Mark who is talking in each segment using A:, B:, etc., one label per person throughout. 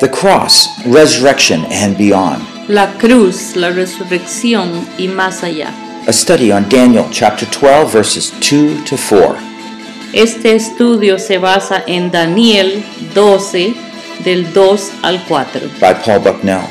A: the cross, resurrection, and beyond.
B: la cruz, la resurrección y más allá.
A: A study on Daniel chapter 12, verses 2 to 4.
B: Este estudio se basa en Daniel 12 del 2 al 4.
A: by Paul Bucknell.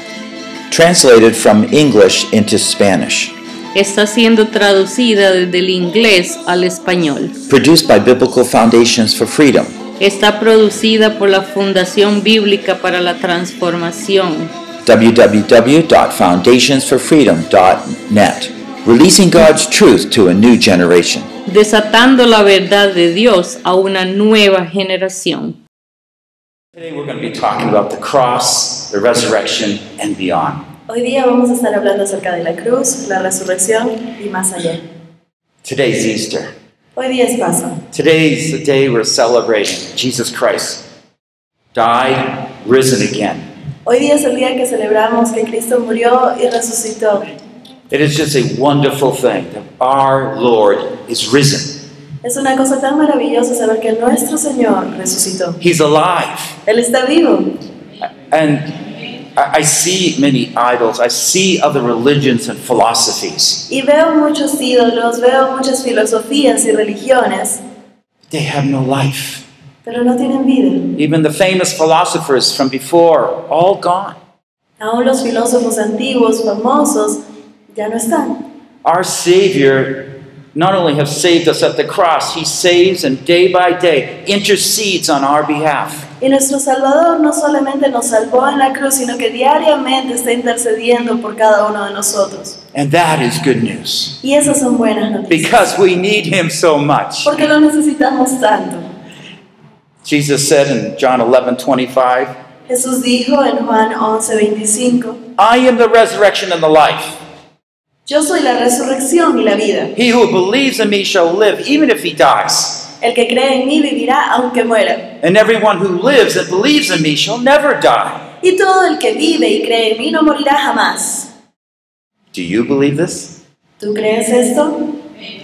A: Translated from English into Spanish.
B: Está siendo traducida desde el inglés al español.
A: Produced by Biblical Foundations for Freedom.
B: Está producida por la Fundación Bíblica para la Transformación.
A: www.foundationsforfreedom.net. Releasing God's truth to a new generation.
B: Desatando la verdad de Dios a una nueva generación.
C: Today we're going to be talking about the cross, the resurrection, and beyond.
D: Hoy día vamos a estar hablando acerca de la cruz, la resurrección y más allá.
C: Today's Easter.
D: Hoy día es Pascua.
C: Today's the day we're celebrating Jesus Christ died, risen again.
D: Hoy día es el día que celebramos que Cristo murió y resucitó.
C: It is just a wonderful thing that our Lord is risen.
D: Es una cosa tan maravillosa saber que nuestro Señor resucitó.
C: He's alive.
D: Él está vivo.
C: And I I see many idols. I see other religions and philosophies.
D: Y veo muchos ídolos, veo muchas filosofías y religiones,
C: They have no life.
D: pero no tienen vida.
C: Even the famous philosophers from before, all gone.
D: Aún los filósofos antiguos, famosos, ya no están.
C: Our Savior not only has saved us at the cross, He saves and day by day intercedes on our behalf.
D: Y nuestro Salvador no solamente nos salvó en la cruz, sino que diariamente está intercediendo por cada uno de nosotros.
C: And that is good news
D: Y esas son buenas noticias.
C: because we need Him so much.
D: Porque lo necesitamos tanto.
C: Jesus said in John 11 25,
D: Jesús dijo en Juan 11:25,
C: I am the resurrection and the life.
D: Yo soy la resurrección y la vida.
C: He who believes in me shall live, even if he dies.
D: El que cree en mí vivirá aunque muera.
C: And everyone who lives and believes in me shall never die.
D: Y todo el que vive y cree en mí no morirá jamás.
C: Do you believe this?
D: ¿Tú crees esto?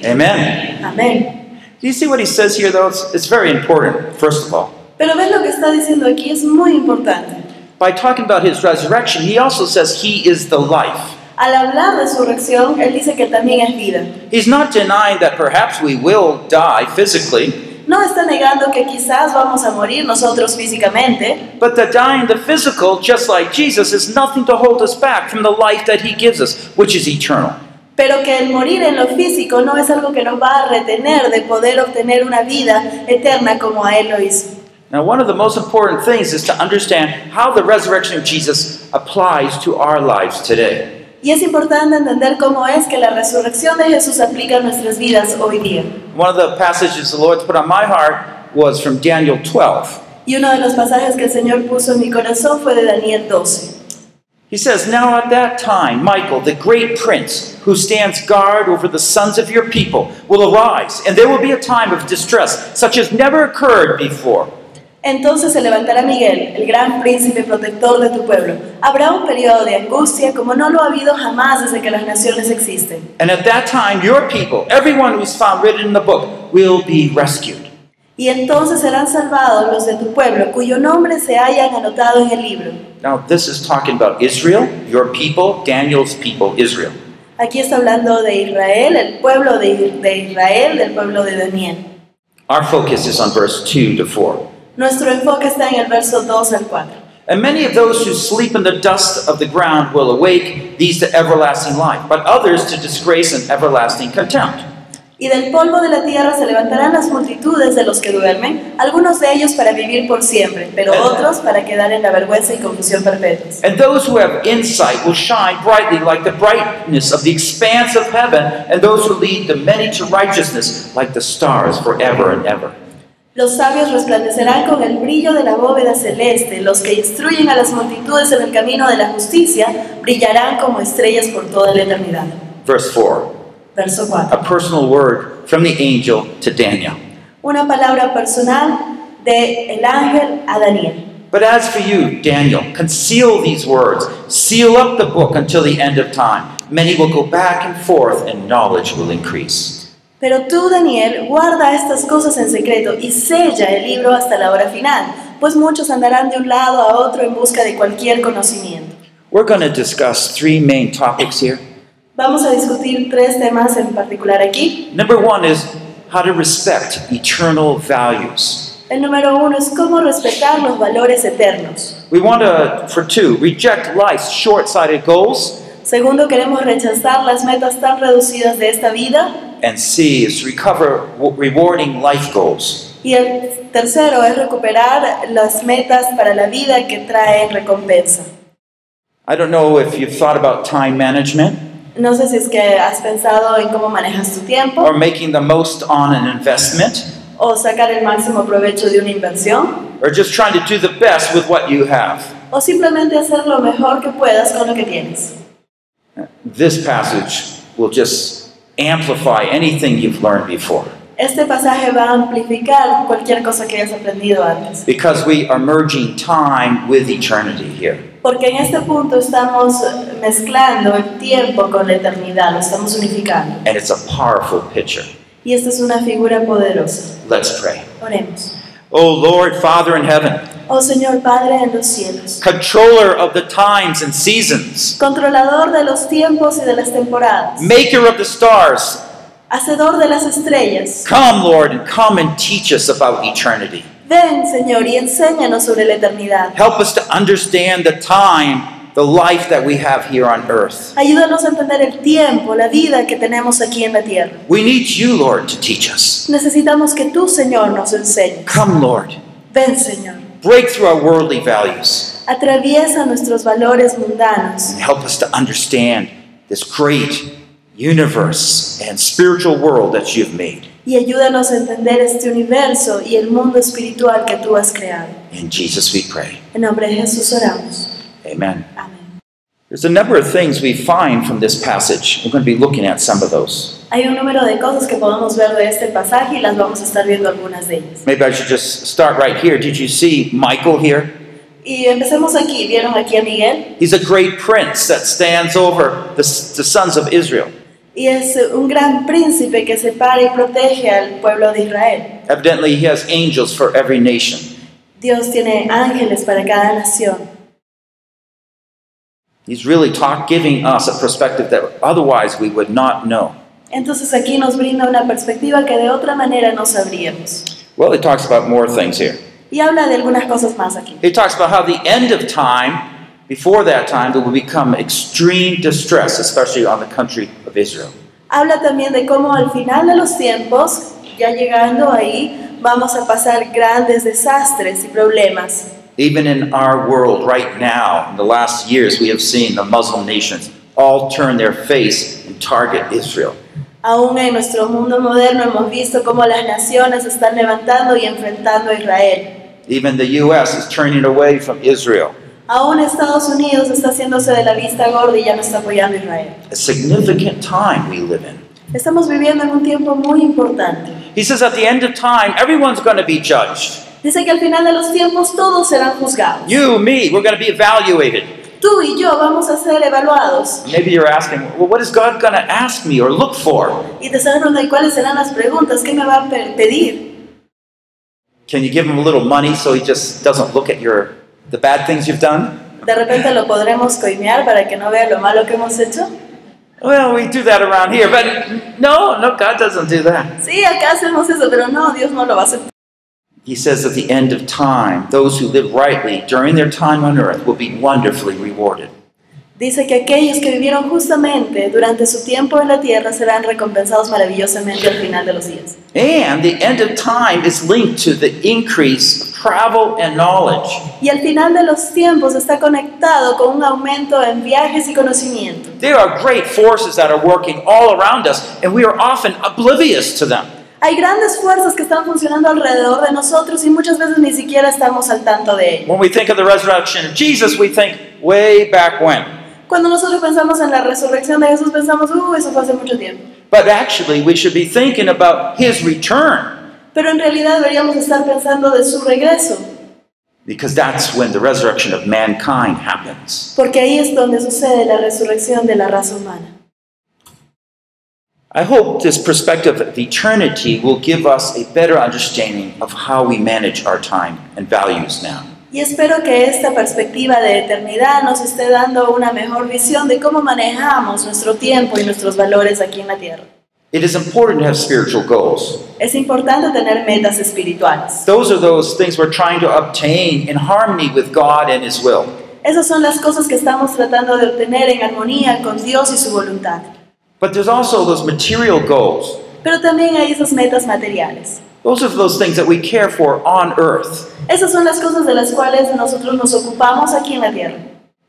C: Amen.
D: Amén.
C: Do you see what he says here, though? It's, it's very important, first of all.
D: Pero ves lo que está diciendo aquí, es muy importante.
C: By talking about his resurrection, he also says he is the life.
D: Al hablar de resurrección, él dice que también es vida.
C: He's not denying that perhaps we will die physically,
D: No está negando que quizás vamos a morir nosotros físicamente,
C: but the dying the physical, just like Jesus, is nothing to hold us back from the life that he gives us, which is eternal.
D: pero que el morir en lo físico no es algo que nos va a retener de poder obtener una vida eterna como a él lo hizo.
C: Now, one of the most important things is to understand how the resurrection of Jesus applies to our lives today.
D: Y es importante entender cómo es que la resurrección de Jesús aplica a nuestras vidas hoy día.
C: One of the passages the Lord's put on my heart was from Daniel 12.
D: Y uno de los pasajes que el Señor puso en mi corazón fue de Daniel 12.
C: He says, Now at that time, Michael, the great prince, who stands guard over the sons of your people, will arise, and there will be a time of distress such as never occurred before.
D: Entonces se levantará Miguel, el gran príncipe protector de tu pueblo. Habrá un periodo de angustia como no lo ha habido jamás desde que las naciones existen.
C: And at that time, your people, everyone who's found written in the book, will be rescued.
D: Y entonces serán salvados los de tu pueblo, cuyo nombre se hayan anotado en el libro.
C: Now, this is talking about Israel, your people, Daniel's people, Israel.
D: Aquí está hablando de Israel, el pueblo de, de Israel, del pueblo de Daniel.
C: Our focus is on verse 2 to 4.
D: Nuestro enfoque está en el verso 2 al 4.
C: And many of those who sleep in the dust of the ground will awake, these to everlasting life, but others to disgrace and everlasting contempt.
D: Y del polvo de la tierra se levantarán las multitudes de los que duermen, algunos de ellos para vivir por siempre, pero otros para quedar en la vergüenza y confusión perpetuas.
C: And those who have insight will shine brightly like the brightness of the expanse of heaven, and those who lead the many to righteousness like the stars forever and ever.
D: Los sabios resplandecerán con el brillo de la bóveda celeste, los que instruyen a las multitudes en el camino de la justicia brillarán como estrellas por toda la eternidad.
C: Verse 4,
D: Verso 4.
C: a personal word from the angel to Daniel.
D: Una palabra personal de el ángel a Daniel.
C: But as for you, Daniel, conceal these words, seal up the book until the end of time. Many will go back and forth, and knowledge will increase.
D: Pero tú, Daniel, guarda estas cosas en secreto y sella el libro hasta la hora final, pues muchos andarán de un lado a otro en busca de cualquier conocimiento.
C: We're going to discuss three main topics here.
D: Vamos a discutir tres temas en particular aquí.
C: Number one is how to respect eternal values.
D: El número uno es cómo respetar los valores eternos.
C: We want to, for two, reject life's short sighted goals,
D: Segundo, queremos rechazar las metas tan reducidas de esta vida.
C: and C is recover w- rewarding life goals.
D: Y el tercero es recuperar las metas para la vida que traen recompensa.
C: I don't know if you've thought about time management
D: No sé si es que has pensado en cómo manejas tu tiempo
C: or making the most on an investment
D: o sacar el máximo provecho de una inversión
C: or just trying to do the best with what you have.
D: o simplemente hacer lo mejor que puedas con lo que tienes.
C: This passage will just amplify anything you've learned before
D: Este pasaje va a amplificar cualquier cosa que hayas aprendido antes,
C: because we are merging time with eternity here.
D: porque en este punto estamos mezclando el tiempo con la eternidad, lo estamos unificando.
C: And it's a powerful picture.
D: Y esta es una figura poderosa.
C: Let's pray.
D: Oremos.
C: O Lord, Father in heaven,
D: Oh Señor Padre en los cielos,
C: controller of the times and seasons,
D: controlador de los tiempos y de las temporadas,
C: maker of the stars,
D: hacedor de las estrellas,
C: come, Lord, and come and teach us about eternity.
D: ven Señor y enséñanos sobre la eternidad.
C: Help us to understand the time, the life that we have here on earth.
D: Ayúdanos a entender el tiempo, la vida que tenemos aquí en la tierra.
C: We need you, Lord, to teach us.
D: Necesitamos que tú, Señor, nos enseñes.
C: Come, Lord,
D: Ven, Señor.
C: break through our worldly values
D: Atraviesa nuestros valores mundanos
C: and help us to understand this great universe and spiritual world that you've made.
D: y ayúdanos a entender este universo y el mundo espiritual que tú has creado.
C: In Jesus we pray.
D: En nombre de Jesús oramos.
C: Amen.
D: Amén.
C: There's a number of things we find from this passage. We're going to be looking at some of those.
D: Hay un número de cosas que podemos ver de este pasaje y las vamos a estar viendo algunas de ellas.
C: Maybe I should just start right here. Did you see Michael here?
D: Y empecemos aquí. ¿Vieron aquí a Miguel?
C: He's a great prince that stands over the, the sons of Israel.
D: Y es un gran príncipe que separa y protege al pueblo de Israel.
C: Evidently, he has angels for every nation.
D: Dios tiene ángeles para cada nación.
C: He's really talk, giving us a perspective that otherwise we would not know.
D: Entonces aquí nos brinda una perspectiva que de otra manera no sabríamos.
C: Well, he talks about more things here.
D: Y habla de algunas cosas más aquí.
C: He talks about how the end of time, before that time, there will become extreme distress, especially on the country of Israel.
D: Habla también de cómo al final de los tiempos, ya llegando ahí, vamos a pasar grandes desastres y problemas.
C: Even in our world right now, in the last years, we have seen the Muslim nations all turn their face and target Israel.
D: Aún en nuestro mundo moderno hemos visto cómo las naciones se están levantando y enfrentando a Israel.
C: Even the U.S. is turning away from Israel.
D: Aún Estados Unidos está haciéndose de la vista gorda y ya no está apoyando a Israel.
C: A significant time we live in.
D: Estamos viviendo en un tiempo muy importante.
C: He says at the end of time, everyone's going to be judged.
D: Dice que al final de los tiempos todos serán juzgados.
C: You, me, we're going to be evaluated.
D: Tú y yo vamos a ser evaluados
C: Maybe you're asking, well, what is God going to ask me or look for?
D: y te estarán preguntando, "¿Y cuáles serán las preguntas, qué me va a pe- pedir.
C: Can you give him a little money so he just doesn't look at your the bad things you've done?
D: De repente lo podremos coimear para que no vea lo malo que hemos hecho.
C: Well, we do that around here, but no, no, God doesn't do that.
D: Sí, acá hacemos eso, pero no, Dios no lo va a aceptar.
C: He says at the end of time, those who live rightly during their time on earth will be wonderfully rewarded.
D: Dice que aquellos que vivieron justamente durante su tiempo en la tierra serán recompensados maravillosamente al final de los días.
C: And the end of time is linked to the increase of travel and knowledge.
D: Y al final de los tiempos está conectado con un aumento en viajes y conocimiento.
C: There are great forces that are working all around us, and we are often oblivious to them.
D: Hay grandes fuerzas que están funcionando alrededor de nosotros y muchas veces ni siquiera estamos al tanto de ello.
C: When we think of the resurrection of Jesus, we think way back when.
D: Cuando nosotros pensamos en la resurrección de Jesús, pensamos, uh, eso fue hace mucho tiempo.
C: But actually, we should be thinking about his return,
D: Pero en realidad deberíamos estar pensando de su regreso,
C: because that's when the resurrection of mankind happens.
D: porque ahí es donde sucede la resurrección de la raza humana.
C: I hope this perspective of eternity will give us a better understanding of how we manage our time and values now.
D: Y espero que esta perspectiva de eternidad nos esté dando una mejor visión de cómo manejamos nuestro tiempo y nuestros valores aquí en la tierra.
C: It is important to have spiritual goals.
D: Es importante tener metas espirituales.
C: Those are those things we're trying to obtain in harmony with God and His will.
D: Esas son las cosas que estamos tratando de obtener en armonía con Dios y su voluntad.
C: But there's also those material goals.
D: Pero también hay esas metas materiales.
C: Those are those things that we care for on earth.
D: Esas son las cosas de las cuales nosotros nos ocupamos aquí en la tierra.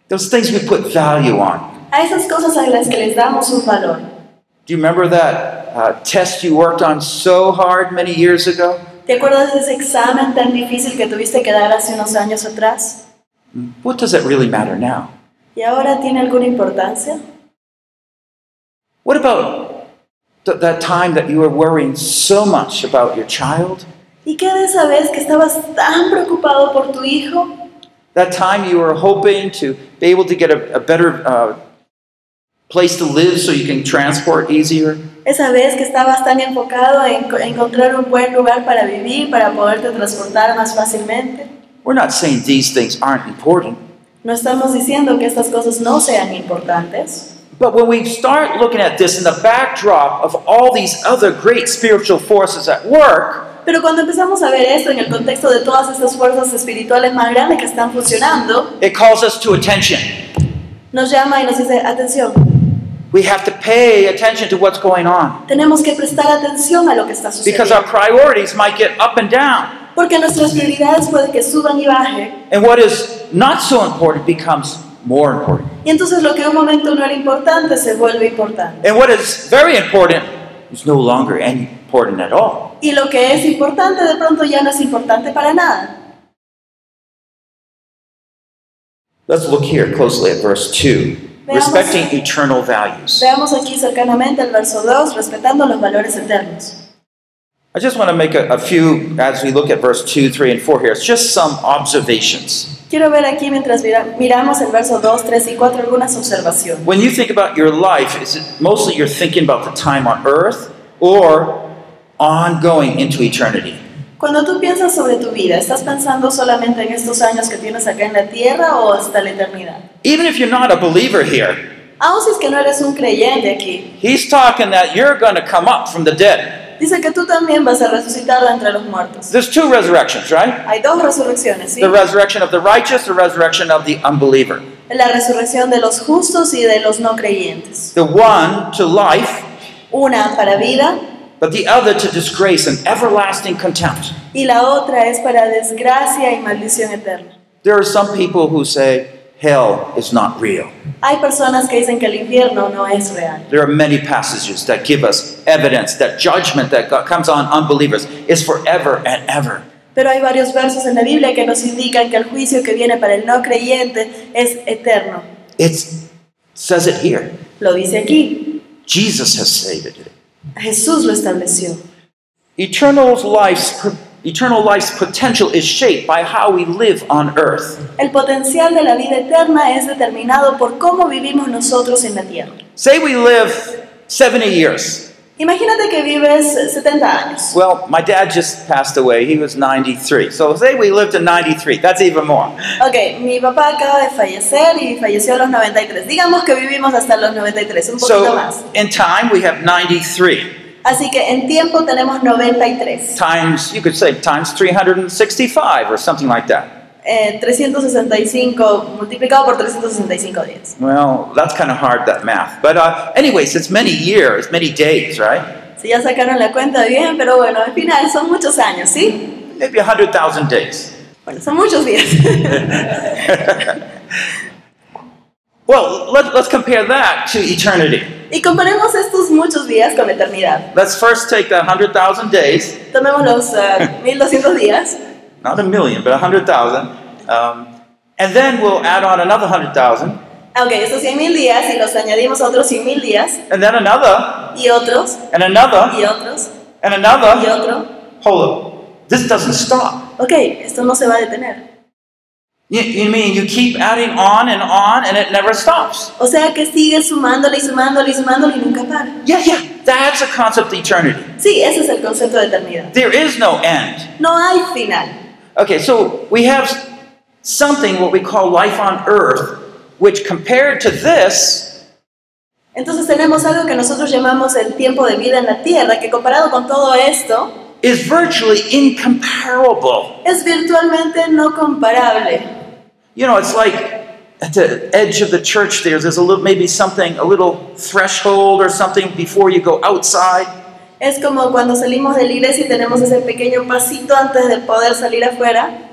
C: Those things we put value on.
D: A esas cosas a las que les damos un valor.
C: Do you remember that uh, test you worked on so hard many years ago?
D: ¿Te acuerdas de ese examen tan difícil que tuviste que dar hace unos años atrás?
C: What does that really matter now?
D: ¿Y ahora tiene alguna importancia?
C: What about th- that time that you were worrying so much about your child?
D: ¿Y qué de esa vez que estabas tan preocupado por tu hijo?
C: That time you were hoping to be able to get a, a better uh, place to live so you can transport easier?
D: Esa vez que estabas tan enfocado en co- encontrar un buen lugar para vivir, para poderte transportar más fácilmente.
C: We're not saying these things aren't important.
D: No estamos diciendo que estas cosas no sean importantes,
C: But when we start looking at this in the backdrop of all these other great spiritual forces at work,
D: pero cuando empezamos a ver esto en el contexto de todas estas fuerzas espirituales más grandes que están funcionando,
C: it calls us to attention.
D: nos llama y nos dice, atención,
C: We have to pay attention to what's going on
D: tenemos que prestar atención a lo que está
C: because
D: sucediendo,
C: our priorities might get up and down.
D: porque nuestras prioridades puede que suban y bajen,
C: And what is not so important becomes more important.
D: y entonces lo que en un momento no era importante se vuelve importante,
C: And what is very important is no longer any important at all.
D: y lo que es importante de pronto ya no es importante para nada.
C: Let's look here closely at verse 2 respecting eternal values.
D: Veamos aquí cercanamente el verso 2, respetando los valores eternos.
C: I just want to make a, a few, as we look at verse 2, 3, and 4 here, it's just some observations.
D: Quiero ver aquí mientras mira- miramos el verso 2, 3 y 4 algunas observaciones.
C: When you think about your life, is it mostly you're thinking about the time on earth or ongoing into eternity?
D: Cuando tú piensas sobre tu vida, ¿estás pensando solamente en estos años que tienes acá en la tierra o hasta la eternidad?
C: Even if you're not a believer here,
D: Aún si es que no eres un creyente aquí,
C: he's talking that you're going to come up from the dead.
D: dice que tú también vas a resucitar de entre los muertos.
C: There's two resurrections, right?
D: Hay dos resurrecciones, ¿sí?
C: The resurrection of the righteous, the resurrection of the unbeliever.
D: La resurrección de los justos y de los no creyentes.
C: The one to life,
D: Una para vida
C: but the other to disgrace and everlasting contempt.
D: y la otra es para desgracia y maldición eterna.
C: There are some people who say hell is not real.
D: Hay personas que dicen que el infierno no es real.
C: There are many passages that give us evidence that judgment that God comes on unbelievers is forever and ever.
D: Pero hay varios versos en la Biblia que nos indican que el juicio que viene para el no creyente es eterno.
C: It's, it says it here.
D: Lo dice aquí.
C: Jesus has stated it.
D: Jesús lo estableció.
C: Eternal life's, eternal life's potential is shaped by how we live on earth.
D: El potencial de la vida eterna es determinado por cómo vivimos nosotros en la tierra.
C: Say we live 70 years.
D: Imagínate que vives 70 años.
C: Well, my dad just passed away. He was 93. So say we lived to 93. That's even more.
D: Ok, mi papá acaba de fallecer y falleció a los 93. Digamos que vivimos hasta los 93, un poquito más.
C: So in time, we have 93.
D: Así que en tiempo tenemos 93.
C: Times, you could say, times 365 or something like that.
D: Eh, 365 multiplicado por 365 días.
C: Well, that's kind of hard, that math. But, uh, anyways, it's many years, many days, right?
D: Si ya sacaron la cuenta bien, pero bueno, al final son muchos años, ¿sí?
C: Maybe 100,000 days.
D: Bueno, son muchos días.
C: Well, let, let's compare that to eternity.
D: y comparemos estos muchos días con la eternidad.
C: Let's first take that 100,000 days,
D: Tomemos los ah, 1200 días,
C: not a million, but 100,000, um, and then we'll add on another 100,000,
D: aunque estos 100.000 días y los añadimos a otros 100.000 días
C: and then another,
D: y otros
C: and another,
D: y otros
C: and
D: y
C: another.
D: otro.
C: Hold up. This doesn't stop.
D: Ok, esto no se va a detener.
C: You, you mean you keep adding on and on and it never stops?
D: O sea que sigue sumándole y sumándole y sumándole y nunca para.
C: Yeah, yeah, that's a concept of eternity.
D: Sí, ese es el concepto de eternidad.
C: There is no end.
D: No hay final.
C: Okay, so we have something what we call life on earth, which compared to this
D: Entonces tenemos algo que nosotros llamamos el tiempo de vida en la tierra, que comparado con todo esto,
C: is virtually incomparable.
D: es virtualmente no comparable.
C: You know, it's like at the edge of the church there, there's a little maybe something, a little threshold or something before you go outside.
D: Es como cuando salimos de la iglesia y tenemos ese pequeño pasito antes de poder salir afuera,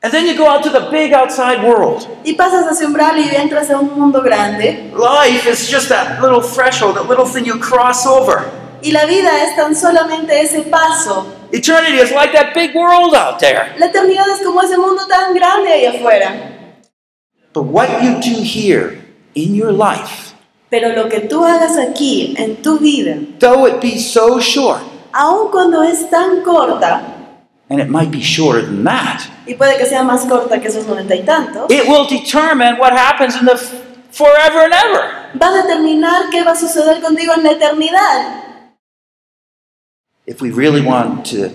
C: And then you go out to the big outside world.
D: y pasas hacia umbral y entras a un mundo grande.
C: Life is just that little threshold, that little thing you cross over.
D: Y la vida es tan solamente ese paso.
C: Eternity is like that big world out there.
D: La eternidad es como ese mundo tan grande ahí afuera.
C: But what you do here in your life,
D: Pero lo que tú hagas aquí, en tu vida,
C: though it be so short,
D: aun cuando es tan corta,
C: and it might be shorter than that,
D: y puede que sea más corta que esos noventa y tantos,
C: it will determine what happens in the f- forever and ever.
D: va a determinar qué va a suceder contigo en la eternidad.
C: If we really want to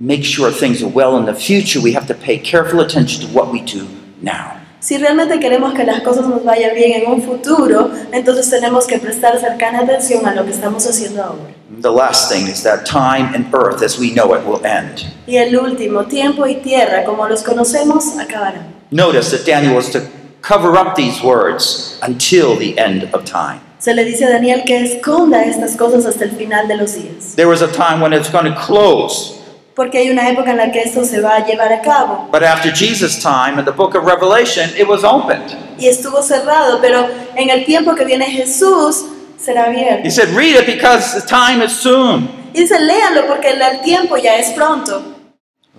C: make sure things are well in the future, we have to pay careful attention to what we do now.
D: Si realmente queremos que las cosas nos vayan bien en un futuro, entonces tenemos que prestar cercana atención a lo que estamos haciendo ahora.
C: The last thing is that time and earth as we know it will end.
D: Y el último, tiempo y tierra, como los conocemos, acabarán.
C: Notice that Daniel was to cover up these words until the end of time.
D: Se le dice a Daniel que esconda estas cosas hasta el final de los días,
C: There was a time when it's going to close,
D: porque hay una época en la que esto se va a llevar a cabo.
C: but after Jesus' time in the book of Revelation, it was opened.
D: Y estuvo cerrado, pero en el tiempo que viene Jesús será
C: He
D: abierto.
C: said, Read it because the time is soon.
D: Y dice, léalo porque el- el tiempo ya es pronto.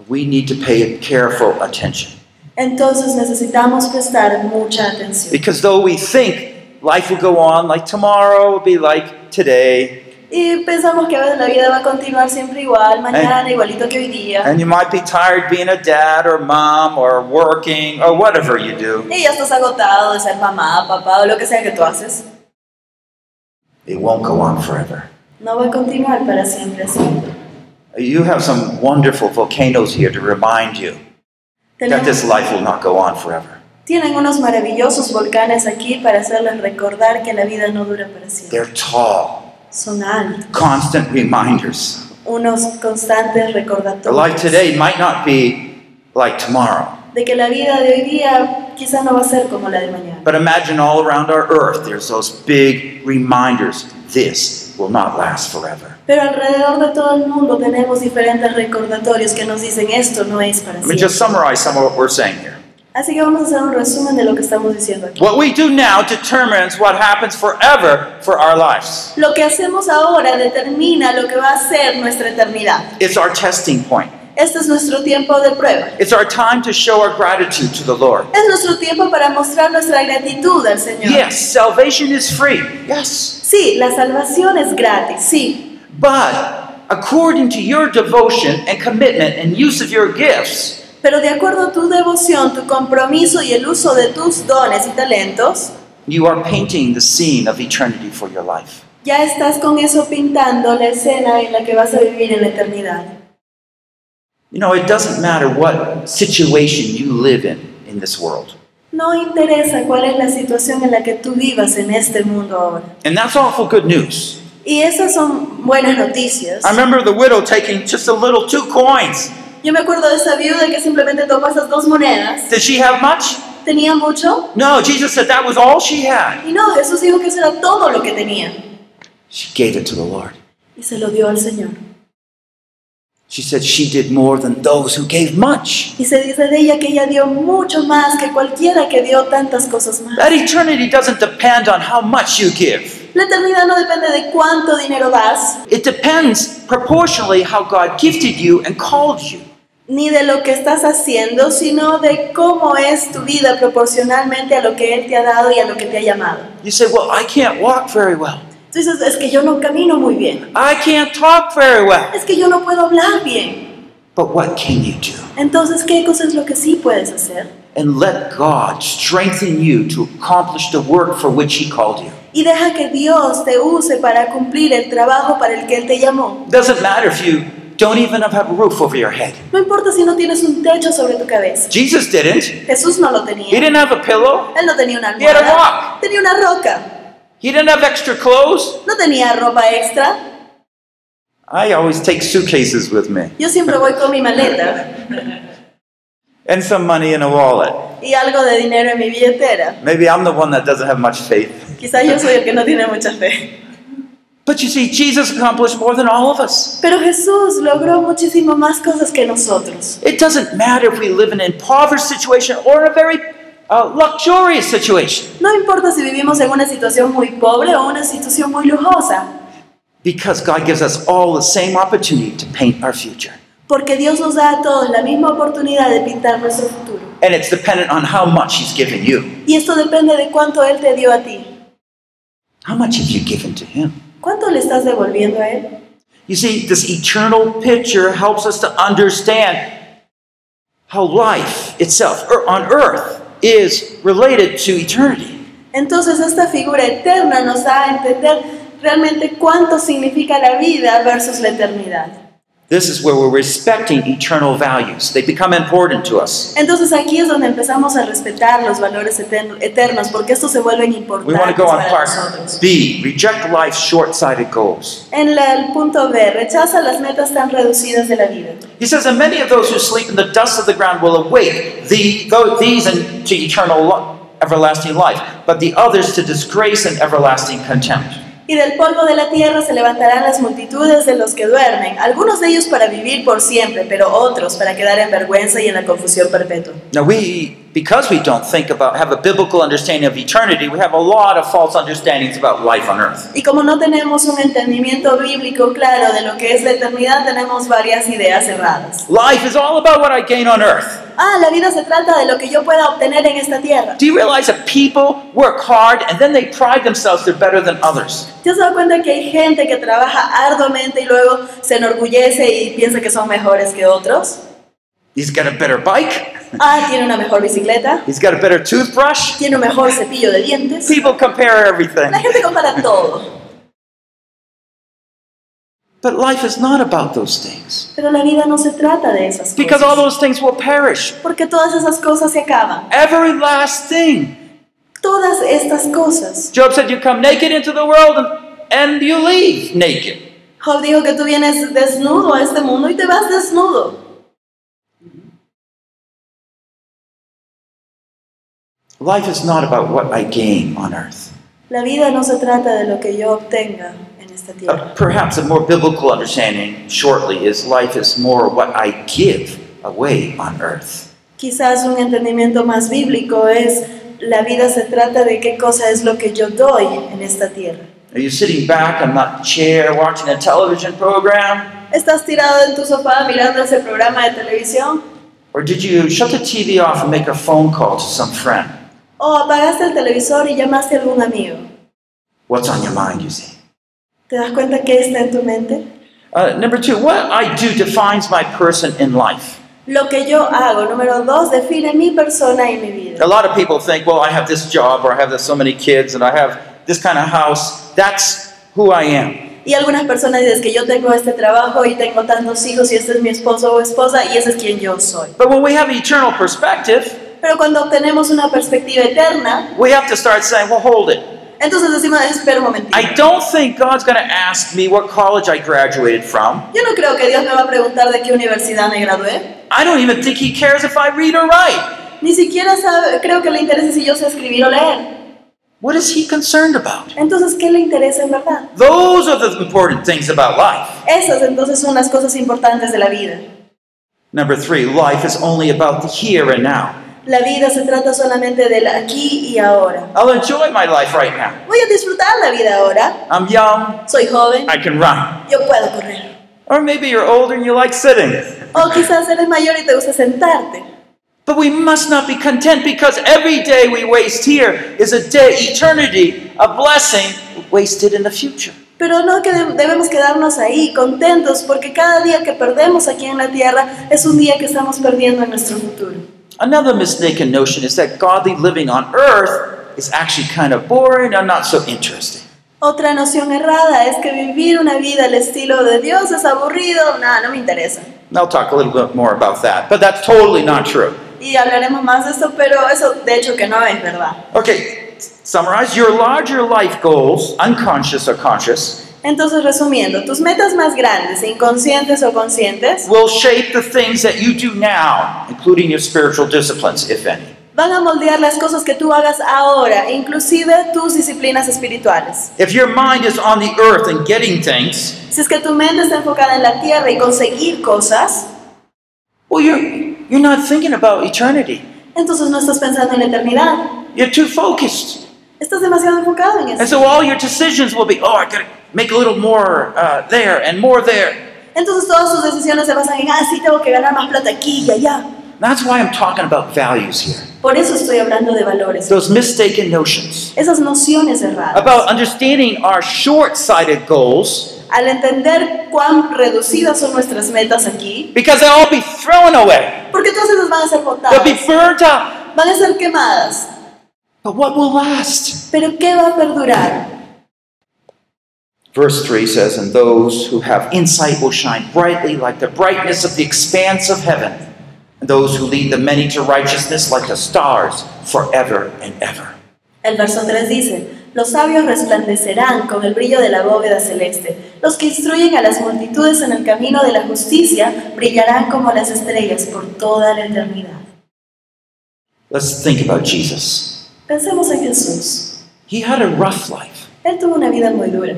C: We need to pay careful attention
D: Entonces necesitamos prestar mucha atención.
C: because though we think life will go on like tomorrow will be like today,
D: Y pensamos que a veces la vida va a continuar siempre igual, mañana igualito que hoy día.
C: and you might be tired being a dad or mom or working or whatever you do,
D: Y ya estás agotado de ser mamá, papá o lo que sea que tú haces.
C: it won't go on forever.
D: No va a continuar para siempre así.
C: You have some wonderful volcanoes here to remind you that
D: Tenemos-
C: this life will not go on forever.
D: Tienen unos maravillosos volcanes aquí para hacerles recordar que la vida no dura para siempre.
C: They're tall,
D: Son altos,
C: constant reminders.
D: unos constantes
C: The life
D: recordatorios
C: today might not be like tomorrow.
D: de que la vida de hoy día quizás no va a ser como la de mañana.
C: But imagine all around our earth, there's those big reminders this will not last forever.
D: Pero alrededor de todo el mundo tenemos diferentes recordatorios que nos dicen esto no es para
C: Let me
D: siempre.
C: just summarize some of what we're saying here.
D: Así que vamos a hacer un resumen de lo que estamos diciendo aquí.
C: What we do now determines what happens forever for our lives.
D: Lo que hacemos ahora determina lo que va a ser nuestra eternidad.
C: It's our testing point,
D: Este es nuestro tiempo de prueba.
C: it's our time to show our gratitude to the Lord.
D: Es nuestro tiempo para mostrar nuestra gratitud al Señor.
C: Yes, salvation is free. Yes.
D: Sí, la salvación es gratis, sí.
C: But according to your devotion and commitment and use of your gifts,
D: Pero de acuerdo a tu devoción, tu compromiso y el uso de tus dones y talentos,
C: you are painting the scene of eternity for your life.
D: ya estás con eso pintando la escena en la que vas a vivir en la eternidad.
C: You know, it doesn't matter what situation you live in in this world.
D: No interesa cuál es la situación en la que tú vivas en este mundo ahora.
C: And that's awful good news.
D: Y esas son buenas noticias.
C: I remember the widow taking just a little two coins.
D: Yo me acuerdo de esa viuda que simplemente tomó esas dos monedas.
C: Did she have much?
D: ¿Tenía mucho?
C: No, Jesus said that was all she had.
D: Y no, Jesús dijo que eso era todo lo que tenía.
C: She gave it to the Lord.
D: Y se lo dio al Señor.
C: She said she did more than those who gave much.
D: Y se dice de ella que ella dio mucho más que cualquiera que dio tantas cosas más.
C: That eternity doesn't depend on how much you give.
D: La eternidad no depende de cuánto dinero das,
C: It depends proportionally how God gifted you and called you.
D: ni de lo que estás haciendo, sino de cómo es tu vida proporcionalmente a lo que Él te ha dado y a lo que te ha llamado.
C: You say, Well, I can't walk very well.
D: Tú dices, es que yo no camino muy bien,
C: I can't talk very well.
D: es que yo no puedo hablar bien.
C: But what can you do?
D: Entonces, ¿qué cosa es lo que sí puedes hacer?
C: and let God strengthen you to accomplish the work for which He called you.
D: Y deja que Dios te use para cumplir el trabajo para el que Él te llamó.
C: Doesn't matter if you don't even have a roof over your head.
D: No importa si no tienes un techo sobre tu cabeza.
C: Jesus didn't.
D: Jesús no lo
C: He
D: tenía.
C: didn't have a pillow.
D: Él no tenía una
C: He had a
D: almohada. Tenía una roca.
C: He didn't have extra clothes.
D: No tenía ropa extra.
C: I always take suitcases with me
D: Yo siempre voy con mi maleta
C: and some money in a wallet.
D: y algo de dinero en mi billetera.
C: Maybe I'm the one that doesn't have much faith.
D: Quizás yo soy el que no tiene mucha fe.
C: But you see, Jesus accomplished more than all of us.
D: Pero Jesús logró muchísimo más cosas que nosotros.
C: It doesn't matter if we live in an impoverished situation or a very uh, luxurious situation
D: No importa si vivimos en una situación muy pobre o una situación muy lujosa,
C: because God gives us all the same opportunity to paint our future.
D: porque Dios nos da a todos la misma oportunidad de pintar nuestro futuro.
C: And it's dependent on how much He's given you.
D: Y esto depende de cuánto Él te dio a ti.
C: How much have you given to Him?
D: ¿Cuánto le estás devolviendo a Él?
C: You see, this eternal picture helps us to understand how life itself er- on earth is related to eternity.
D: Entonces esta figura eterna nos da a entender realmente cuánto significa la vida versus la eternidad.
C: This is where we're respecting eternal values. They become important to us.
D: Entonces aquí es donde empezamos a respetar los valores eterno- eternos, porque estos se vuelven
C: We want to
D: importantes
C: go on
D: para
C: part
D: nosotros.
C: B reject life's short sighted goals.
D: En la- el punto B, rechaza las metas tan reducidas de la vida.
C: He says, And many of those who sleep in the dust of the ground will awake the, tho- these and to eternal, li- everlasting life, but the others to disgrace and everlasting contempt.
D: Y del polvo de la tierra se levantarán las multitudes de los que duermen, algunos de ellos para vivir por siempre, pero otros para quedar en vergüenza y en la confusión perpetua.
C: Now we, because we don't think about, have a biblical understanding of eternity, we have a lot of false understandings about life on earth.
D: Y como no tenemos un entendimiento bíblico claro de lo que es la eternidad, tenemos varias ideas erradas.
C: Life is all about what I gain on earth.
D: Ah, la vida se trata de lo que yo pueda obtener en esta tierra.
C: Do you realize that people work hard and then they pride themselves they're better than others?
D: ¿Ya se da cuenta que hay gente que trabaja arduamente y luego se enorgullece y piensa que son mejores que otros?
C: He's got a better bike,
D: Ah, tiene una mejor bicicleta,
C: he's got a better toothbrush.
D: tiene un mejor cepillo de dientes.
C: People compare everything.
D: La gente compara todo.
C: But life is not about those things.
D: Pero la vida no se trata de esas
C: Because all
D: cosas.
C: those things will perish.
D: Porque todas esas cosas se acaban.
C: Every last thing.
D: Todas estas cosas.
C: Job said, You come naked into the world and, and you leave naked.
D: Job dijo que tú vienes desnudo a este mundo y te vas desnudo.
C: Life is not about what I gain on earth.
D: La vida no se trata de lo que yo obtenga en esta tierra.
C: Uh, perhaps a more biblical understanding shortly is life is more what I give away on earth.
D: Quizás un entendimiento más bíblico es la vida se trata de qué cosa es lo que yo doy en esta tierra.
C: Are you sitting back on that chair watching a television program?
D: ¿Estás tirado en tu sofá mirando ese programa de televisión?
C: Or did you shut the TV off and make a phone call to some friend?
D: ¿O apagaste el televisor y llamaste a algún amigo?
C: What's on your mind, you see?
D: ¿Te das cuenta qué está en tu mente?
C: Uh, number two, what I do defines my person in life.
D: Lo que yo hago, número dos, define mi persona y mi vida.
C: A lot of people think, well, I have this job, or I have this, so many kids, and I have this kind of house. That's who I am.
D: Y algunas personas dicen que yo tengo este trabajo y tengo tantos hijos y este es mi esposo o esposa y ese es quien yo soy.
C: But when we have eternal perspective,
D: Pero cuando obtenemos una perspectiva eterna,
C: we have to start saying, well, hold it.
D: entonces decimos, espera un momentito.
C: I don't think God's going to ask me what college I graduated from.
D: Yo no creo que Dios me va a preguntar de qué universidad me gradué.
C: I don't even think He cares if I read or write.
D: Ni siquiera sabe, creo que le interese si yo sé escribir o leer.
C: What is He concerned about?
D: Entonces, ¿qué le interesa en verdad?
C: Those are the important things about life.
D: Esas entonces son las cosas importantes de la vida.
C: Number three, life is only about the here and now.
D: La vida se trata solamente del aquí y ahora.
C: I'll enjoy my life right now.
D: Voy a disfrutar la vida ahora.
C: I'm young,
D: Soy joven,
C: I can run.
D: yo puedo correr.
C: Or maybe you're older and you like sitting.
D: O quizás eres mayor y te gusta sentarte.
C: But we must not be content because every day we waste here is a day, eternity, a blessing wasted in the future.
D: Pero no que de- debemos quedarnos ahí contentos porque cada día que perdemos aquí en la tierra es un día que estamos perdiendo en nuestro futuro.
C: Another mistaken notion is that godly living on earth is actually kind of boring and not so interesting.
D: Otra noción errada es que vivir una vida al estilo de Dios es aburrido, nada, no me interesa.
C: And I'll talk a little bit more about that, but that's totally not true.
D: Y hablaremos más de esto, pero eso de hecho que no es verdad.
C: Okay, summarize your larger life goals, unconscious or conscious,
D: Entonces, resumiendo, tus metas más grandes, inconscientes o conscientes,
C: will shape the things that you do now, including your spiritual disciplines, if any.
D: van a moldear las cosas que tú hagas ahora, inclusive tus disciplinas espirituales.
C: If your mind is on the earth and getting things,
D: Si es que tu mente está enfocada en la tierra y conseguir cosas,
C: well, you're, you're not thinking about eternity.
D: entonces no estás pensando en la eternidad.
C: You're too focused.
D: Estás demasiado enfocado en
C: And
D: eso.
C: so all your decisions will be, oh, I gotta make a little more uh, there and more there.
D: Entonces todas tus decisiones se basan en, ah, sí, tengo que ganar más plata aquí y allá.
C: And that's why I'm talking about values here.
D: Por eso estoy hablando de valores.
C: Those mistaken notions
D: Esas nociones erradas.
C: about understanding our short sighted goals
D: Al entender cuán reducidas son nuestras metas aquí,
C: because they'll all be thrown away,
D: porque todas esas van a ser
C: they'll be
D: botadas,
C: burnt up.
D: van a ser quemadas.
C: But what will last?
D: Pero ¿qué va a perdurar?
C: Verse 3 says, And those who have insight will shine brightly like the brightness of the expanse of heaven, and those who lead the many to righteousness like the stars forever and ever.
D: El verso 3 dice, los sabios resplandecerán con el brillo de la bóveda celeste. Los que instruyen a las multitudes en el camino de la justicia brillarán como las estrellas por toda la eternidad.
C: Let's think about Jesus.
D: Pensemos en Jesús.
C: He had a rough life.
D: Él tuvo una vida muy dura.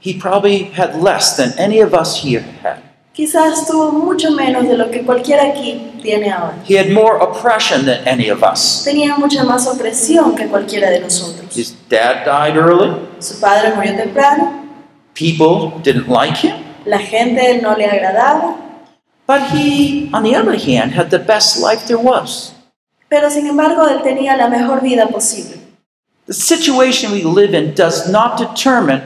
C: He probably had less than any of us here had.
D: Quizás tuvo mucho menos de lo que cualquiera aquí tiene ahora.
C: He had more oppression than any of us.
D: Tenía mucha más opresión que cualquiera de nosotros.
C: His dad died early.
D: Su padre murió temprano,
C: People didn't like him.
D: la gente no le agradaba,
C: But he, on the other hand, had the best life there was.
D: pero sin embargo él tenía la mejor vida posible.
C: The situation we live in does not determine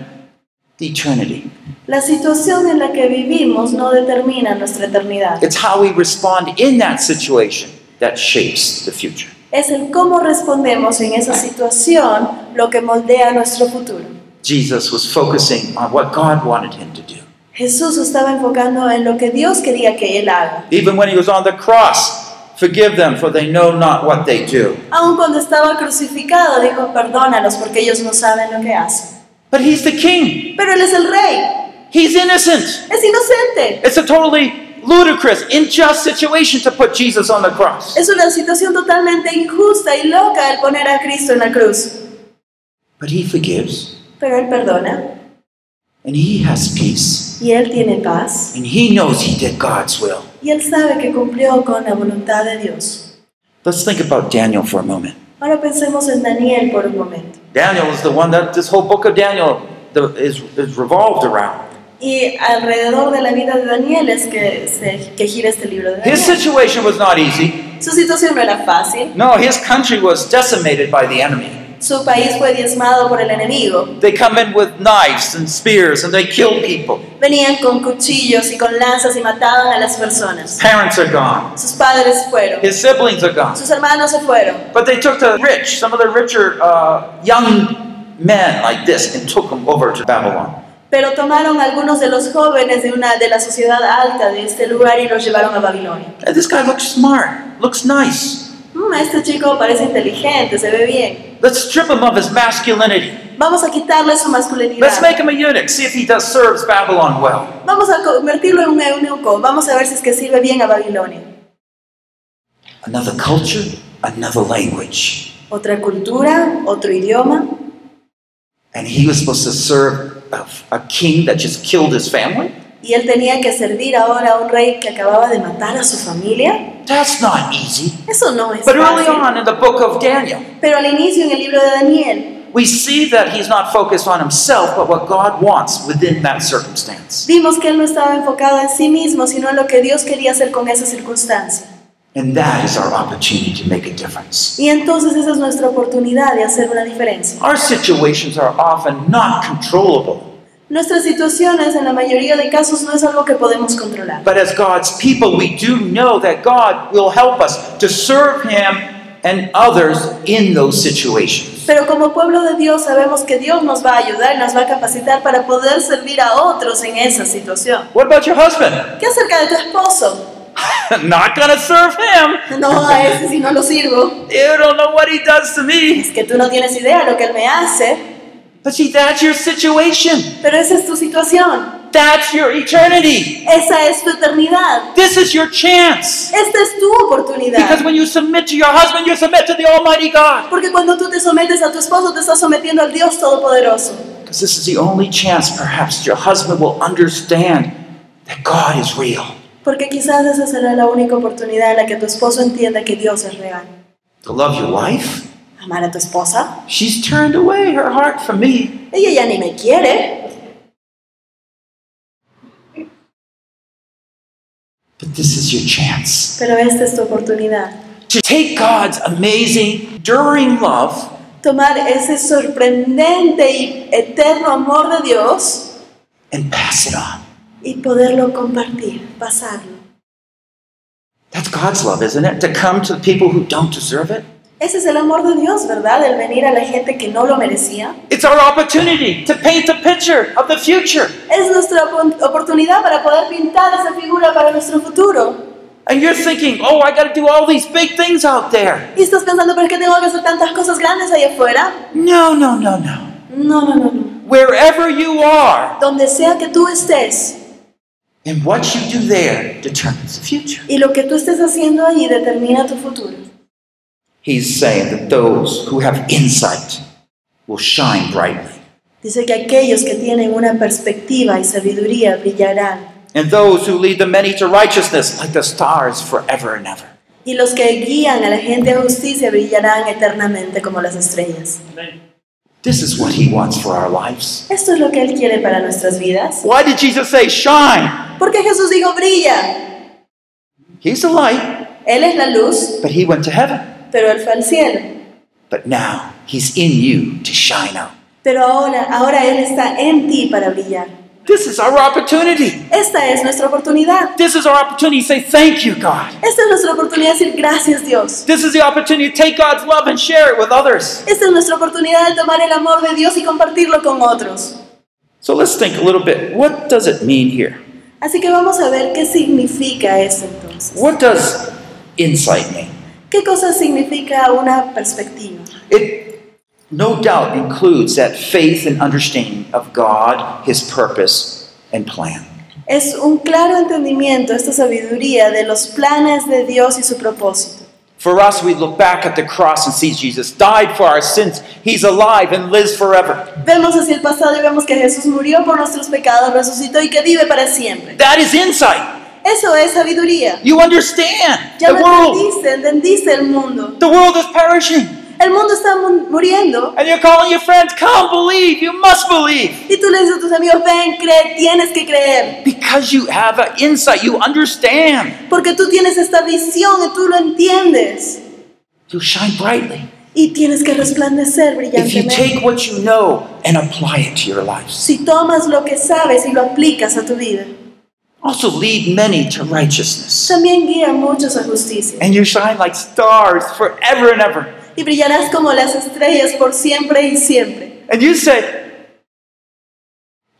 C: the eternity.
D: La situación en la que vivimos no determina nuestra eternidad.
C: It's how we respond in that situation that shapes the future.
D: Es el cómo respondemos en esa situación lo que moldea nuestro futuro.
C: Jesus was focusing on what God wanted him to do.
D: Jesús estaba enfocando en lo que Dios quería que él haga.
C: Even when he was on the cross, forgive them, for they know not what they do.
D: Aun cuando estaba crucificado, dijo, perdónalos porque ellos no saben lo que hacen.
C: But he's the king.
D: Pero él es el rey,
C: He's innocent.
D: es inocente.
C: It's a totally ludicrous, unjust situation to put Jesus on the cross.
D: Es una situación totalmente injusta y loca el poner a Cristo en la cruz.
C: But he forgives,
D: Pero él perdona
C: and he has peace,
D: y él tiene paz
C: and he knows he did God's will.
D: y él sabe que cumplió con la voluntad de Dios.
C: Let's think about Daniel for a moment.
D: Ahora pensemos en Daniel por un momento.
C: Daniel is the one that this whole book of Daniel the- is, is revolved around.
D: Y alrededor de la vida de Daniel es que, se- que gira este libro de
C: His
D: Daniel.
C: situation was not easy.
D: Su situación no era fácil.
C: No, his country was decimated by the enemy.
D: Su país fue diezmado por el enemigo.
C: They come in with knives and spears and they kill people.
D: Venían con cuchillos y con lanzas y mataban a las personas.
C: Parents are gone.
D: Sus padres fueron,
C: His siblings are gone.
D: sus hermanos se fueron.
C: But they took the rich, some of the richer uh, young men like this, and took them over to Babylon.
D: Pero tomaron a algunos de los jóvenes de, una, de la sociedad alta de este lugar y los llevaron a Babilonia.
C: And this guy looks smart, looks nice.
D: "Mm, este chico parece inteligente, se ve bien.
C: Let's strip him of his masculinity.
D: Vamos a quitarle su
C: Let's
D: masculinidad.
C: make him a eunuch, see if he does serves Babylon well.
D: Vamos a convertirlo en un eunuco. Vamos a ver si es que sirve bien a Babilonia.
C: Another culture, another language.
D: Otra cultura, otro idioma.
C: And he was supposed to serve a, a king that just killed his family?
D: Y él tenía que servir ahora a un rey que acababa de matar a su familia.
C: That's not easy.
D: Eso no es
C: But early
D: fácil.
C: on in the book of Daniel,
D: Pero al inicio en el libro de Daniel
C: we see that he's not focused on himself, but what God wants within that circumstance.
D: vimos que él no estaba enfocado en sí mismo, sino en lo que Dios quería hacer con esa circunstancia.
C: And that is our opportunity to make a difference.
D: Y entonces esa es nuestra oportunidad de hacer una diferencia.
C: Our situations are often not controllable.
D: Nuestras situaciones en la mayoría de casos no es algo que podemos controlar.
C: But as God's people, we do know that God will help us to serve Him and others in those situations.
D: Pero como pueblo de Dios sabemos que Dios nos va a ayudar y nos va a capacitar para poder servir a otros en esa situación.
C: What about your husband?
D: ¿Qué acerca de tu esposo?
C: Not gonna serve him.
D: No, a ese si no lo sirvo.
C: You don't know what he does to me.
D: Es que tú no tienes idea lo que él me hace,
C: But see, that's your situation.
D: pero esa es tu situación.
C: That's your eternity.
D: Esa es tu eternidad.
C: This is your chance.
D: Esta es tu
C: Because
D: oportunidad.
C: when you submit to your husband, you submit to the Almighty God.
D: Porque cuando tú te sometes a tu esposo, te estás sometiendo al Dios Todopoderoso.
C: Because this is the only chance, perhaps, your husband will understand that God is real.
D: Porque quizás esa será la única oportunidad en la que tu esposo entienda que Dios es real.
C: To love your wife?
D: Amar a tu esposa.
C: She's turned away her heart from me.
D: Ella ya ni me quiere,
C: But this is your chance
D: pero esta es tu oportunidad.
C: to take God's amazing, enduring love
D: Tomar ese sorprendente y eterno amor de Dios
C: and pass it on.
D: y poderlo compartir, pasarlo.
C: That's God's love, isn't it? To come to the people who don't deserve it.
D: Ese es el amor de Dios, ¿verdad? El venir a la gente que no lo merecía.
C: It's our opportunity to paint a picture of the future.
D: Es nuestra opon- oportunidad para poder pintar esa figura para nuestro futuro.
C: And you're thinking, oh, I got to do all these big things out there.
D: Y estás pensando, pero es que tengo que hacer tantas cosas grandes ahí afuera.
C: No, no, no, no.
D: No, no, no, no.
C: Wherever you are
D: Donde sea que tú estés,
C: and what you do there determines the future.
D: Y lo que tú estés haciendo allí determina tu futuro.
C: He's saying that those who have insight will shine brightly,
D: Dice que aquellos que tienen una perspectiva y sabiduría brillarán,
C: and those who lead the many to righteousness like the stars forever and ever.
D: y los que guían a la gente a justicia brillarán eternamente como las estrellas.
C: This is what he wants for our lives.
D: Esto es lo que Él quiere para nuestras vidas.
C: Why did Jesus say shine?
D: Porque Jesús dijo, brilla.
C: He's the light,
D: Él es la luz,
C: but he went to heaven.
D: pero Él fue al cielo.
C: But now he's in you to shine out.
D: Pero ahora, ahora Él está en ti para brillar.
C: This is our opportunity.
D: Esta es nuestra oportunidad.
C: This is our opportunity to say thank you, God.
D: Esta es nuestra oportunidad de decir gracias Dios.
C: This is the opportunity to take God's love and share it with others.
D: Esta es nuestra oportunidad de tomar el amor de Dios y compartirlo con otros.
C: So let's think a little bit. What does it mean here?
D: Así que vamos a ver qué significa eso entonces.
C: What does insight mean?
D: ¿Qué cosa significa una perspectiva?
C: It no doubt includes that faith and understanding of God, His purpose, and plan.
D: Es un claro entendimiento, esta sabiduría de los planes de Dios y su propósito.
C: For us, we look back at the cross and see Jesus died for our sins. He's alive and lives forever.
D: Vemos hacia el pasado y vemos que Jesús murió por nuestros pecados, resucitó y que vive para siempre.
C: That is insight.
D: Eso es sabiduría.
C: You understand
D: Ya
C: the
D: lo
C: world.
D: entendiste, entendiste el mundo.
C: The world is perishing.
D: El mundo está mu- muriendo
C: And you're calling your friends, come believe, you must believe.
D: y tú le dices a tus amigos, ven, cree, tienes que creer.
C: Because you have an insight, you understand.
D: Porque tú tienes esta visión y tú lo entiendes.
C: You shine brightly.
D: Y tienes que resplandecer
C: If you
D: brillantemente.
C: take what you know and apply it to your lives.
D: Si tomas lo que sabes y lo aplicas a tu vida,
C: Also lead many to righteousness.
D: también guía a muchos a justicia.
C: And you shine like stars forever and ever.
D: Y brillarás como las estrellas por siempre y siempre.
C: And you say,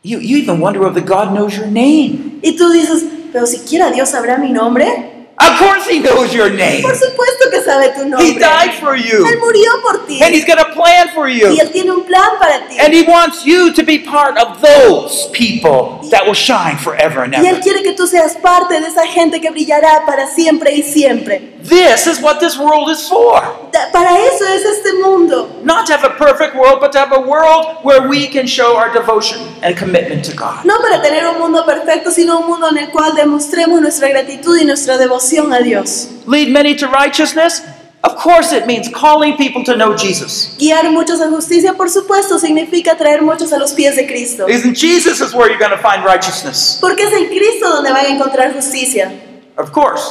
C: you, you even wonder whether God knows your name.
D: Y tú dices, pero siquiera Dios sabrá mi nombre.
C: Of course he knows your name.
D: Por supuesto que sabe tu
C: He
D: nombre.
C: died for
D: Él
C: you.
D: murió por ti.
C: And he's got a plan for you.
D: Y Él tiene un plan para ti.
C: And he wants you to be part of those people that will shine forever and
D: Y Él
C: ever.
D: quiere que tú seas parte de esa gente que brillará para siempre y siempre.
C: This is what this world is for.
D: Da- Para eso es este mundo.
C: Not to have a perfect world, but to have a world where we can show our devotion and commitment to God.
D: No para tener un mundo perfecto, sino un mundo en el cual demostremos nuestra gratitud y nuestra devoción a Dios.
C: Lead many to righteousness? Of course, it means calling people to know Jesus.
D: Guiar muchos a justicia, por supuesto, significa traer muchos a los pies de Cristo.
C: Isn't Jesus is where you're going to find righteousness?
D: Porque es en Cristo donde van a encontrar justicia.
C: Of course.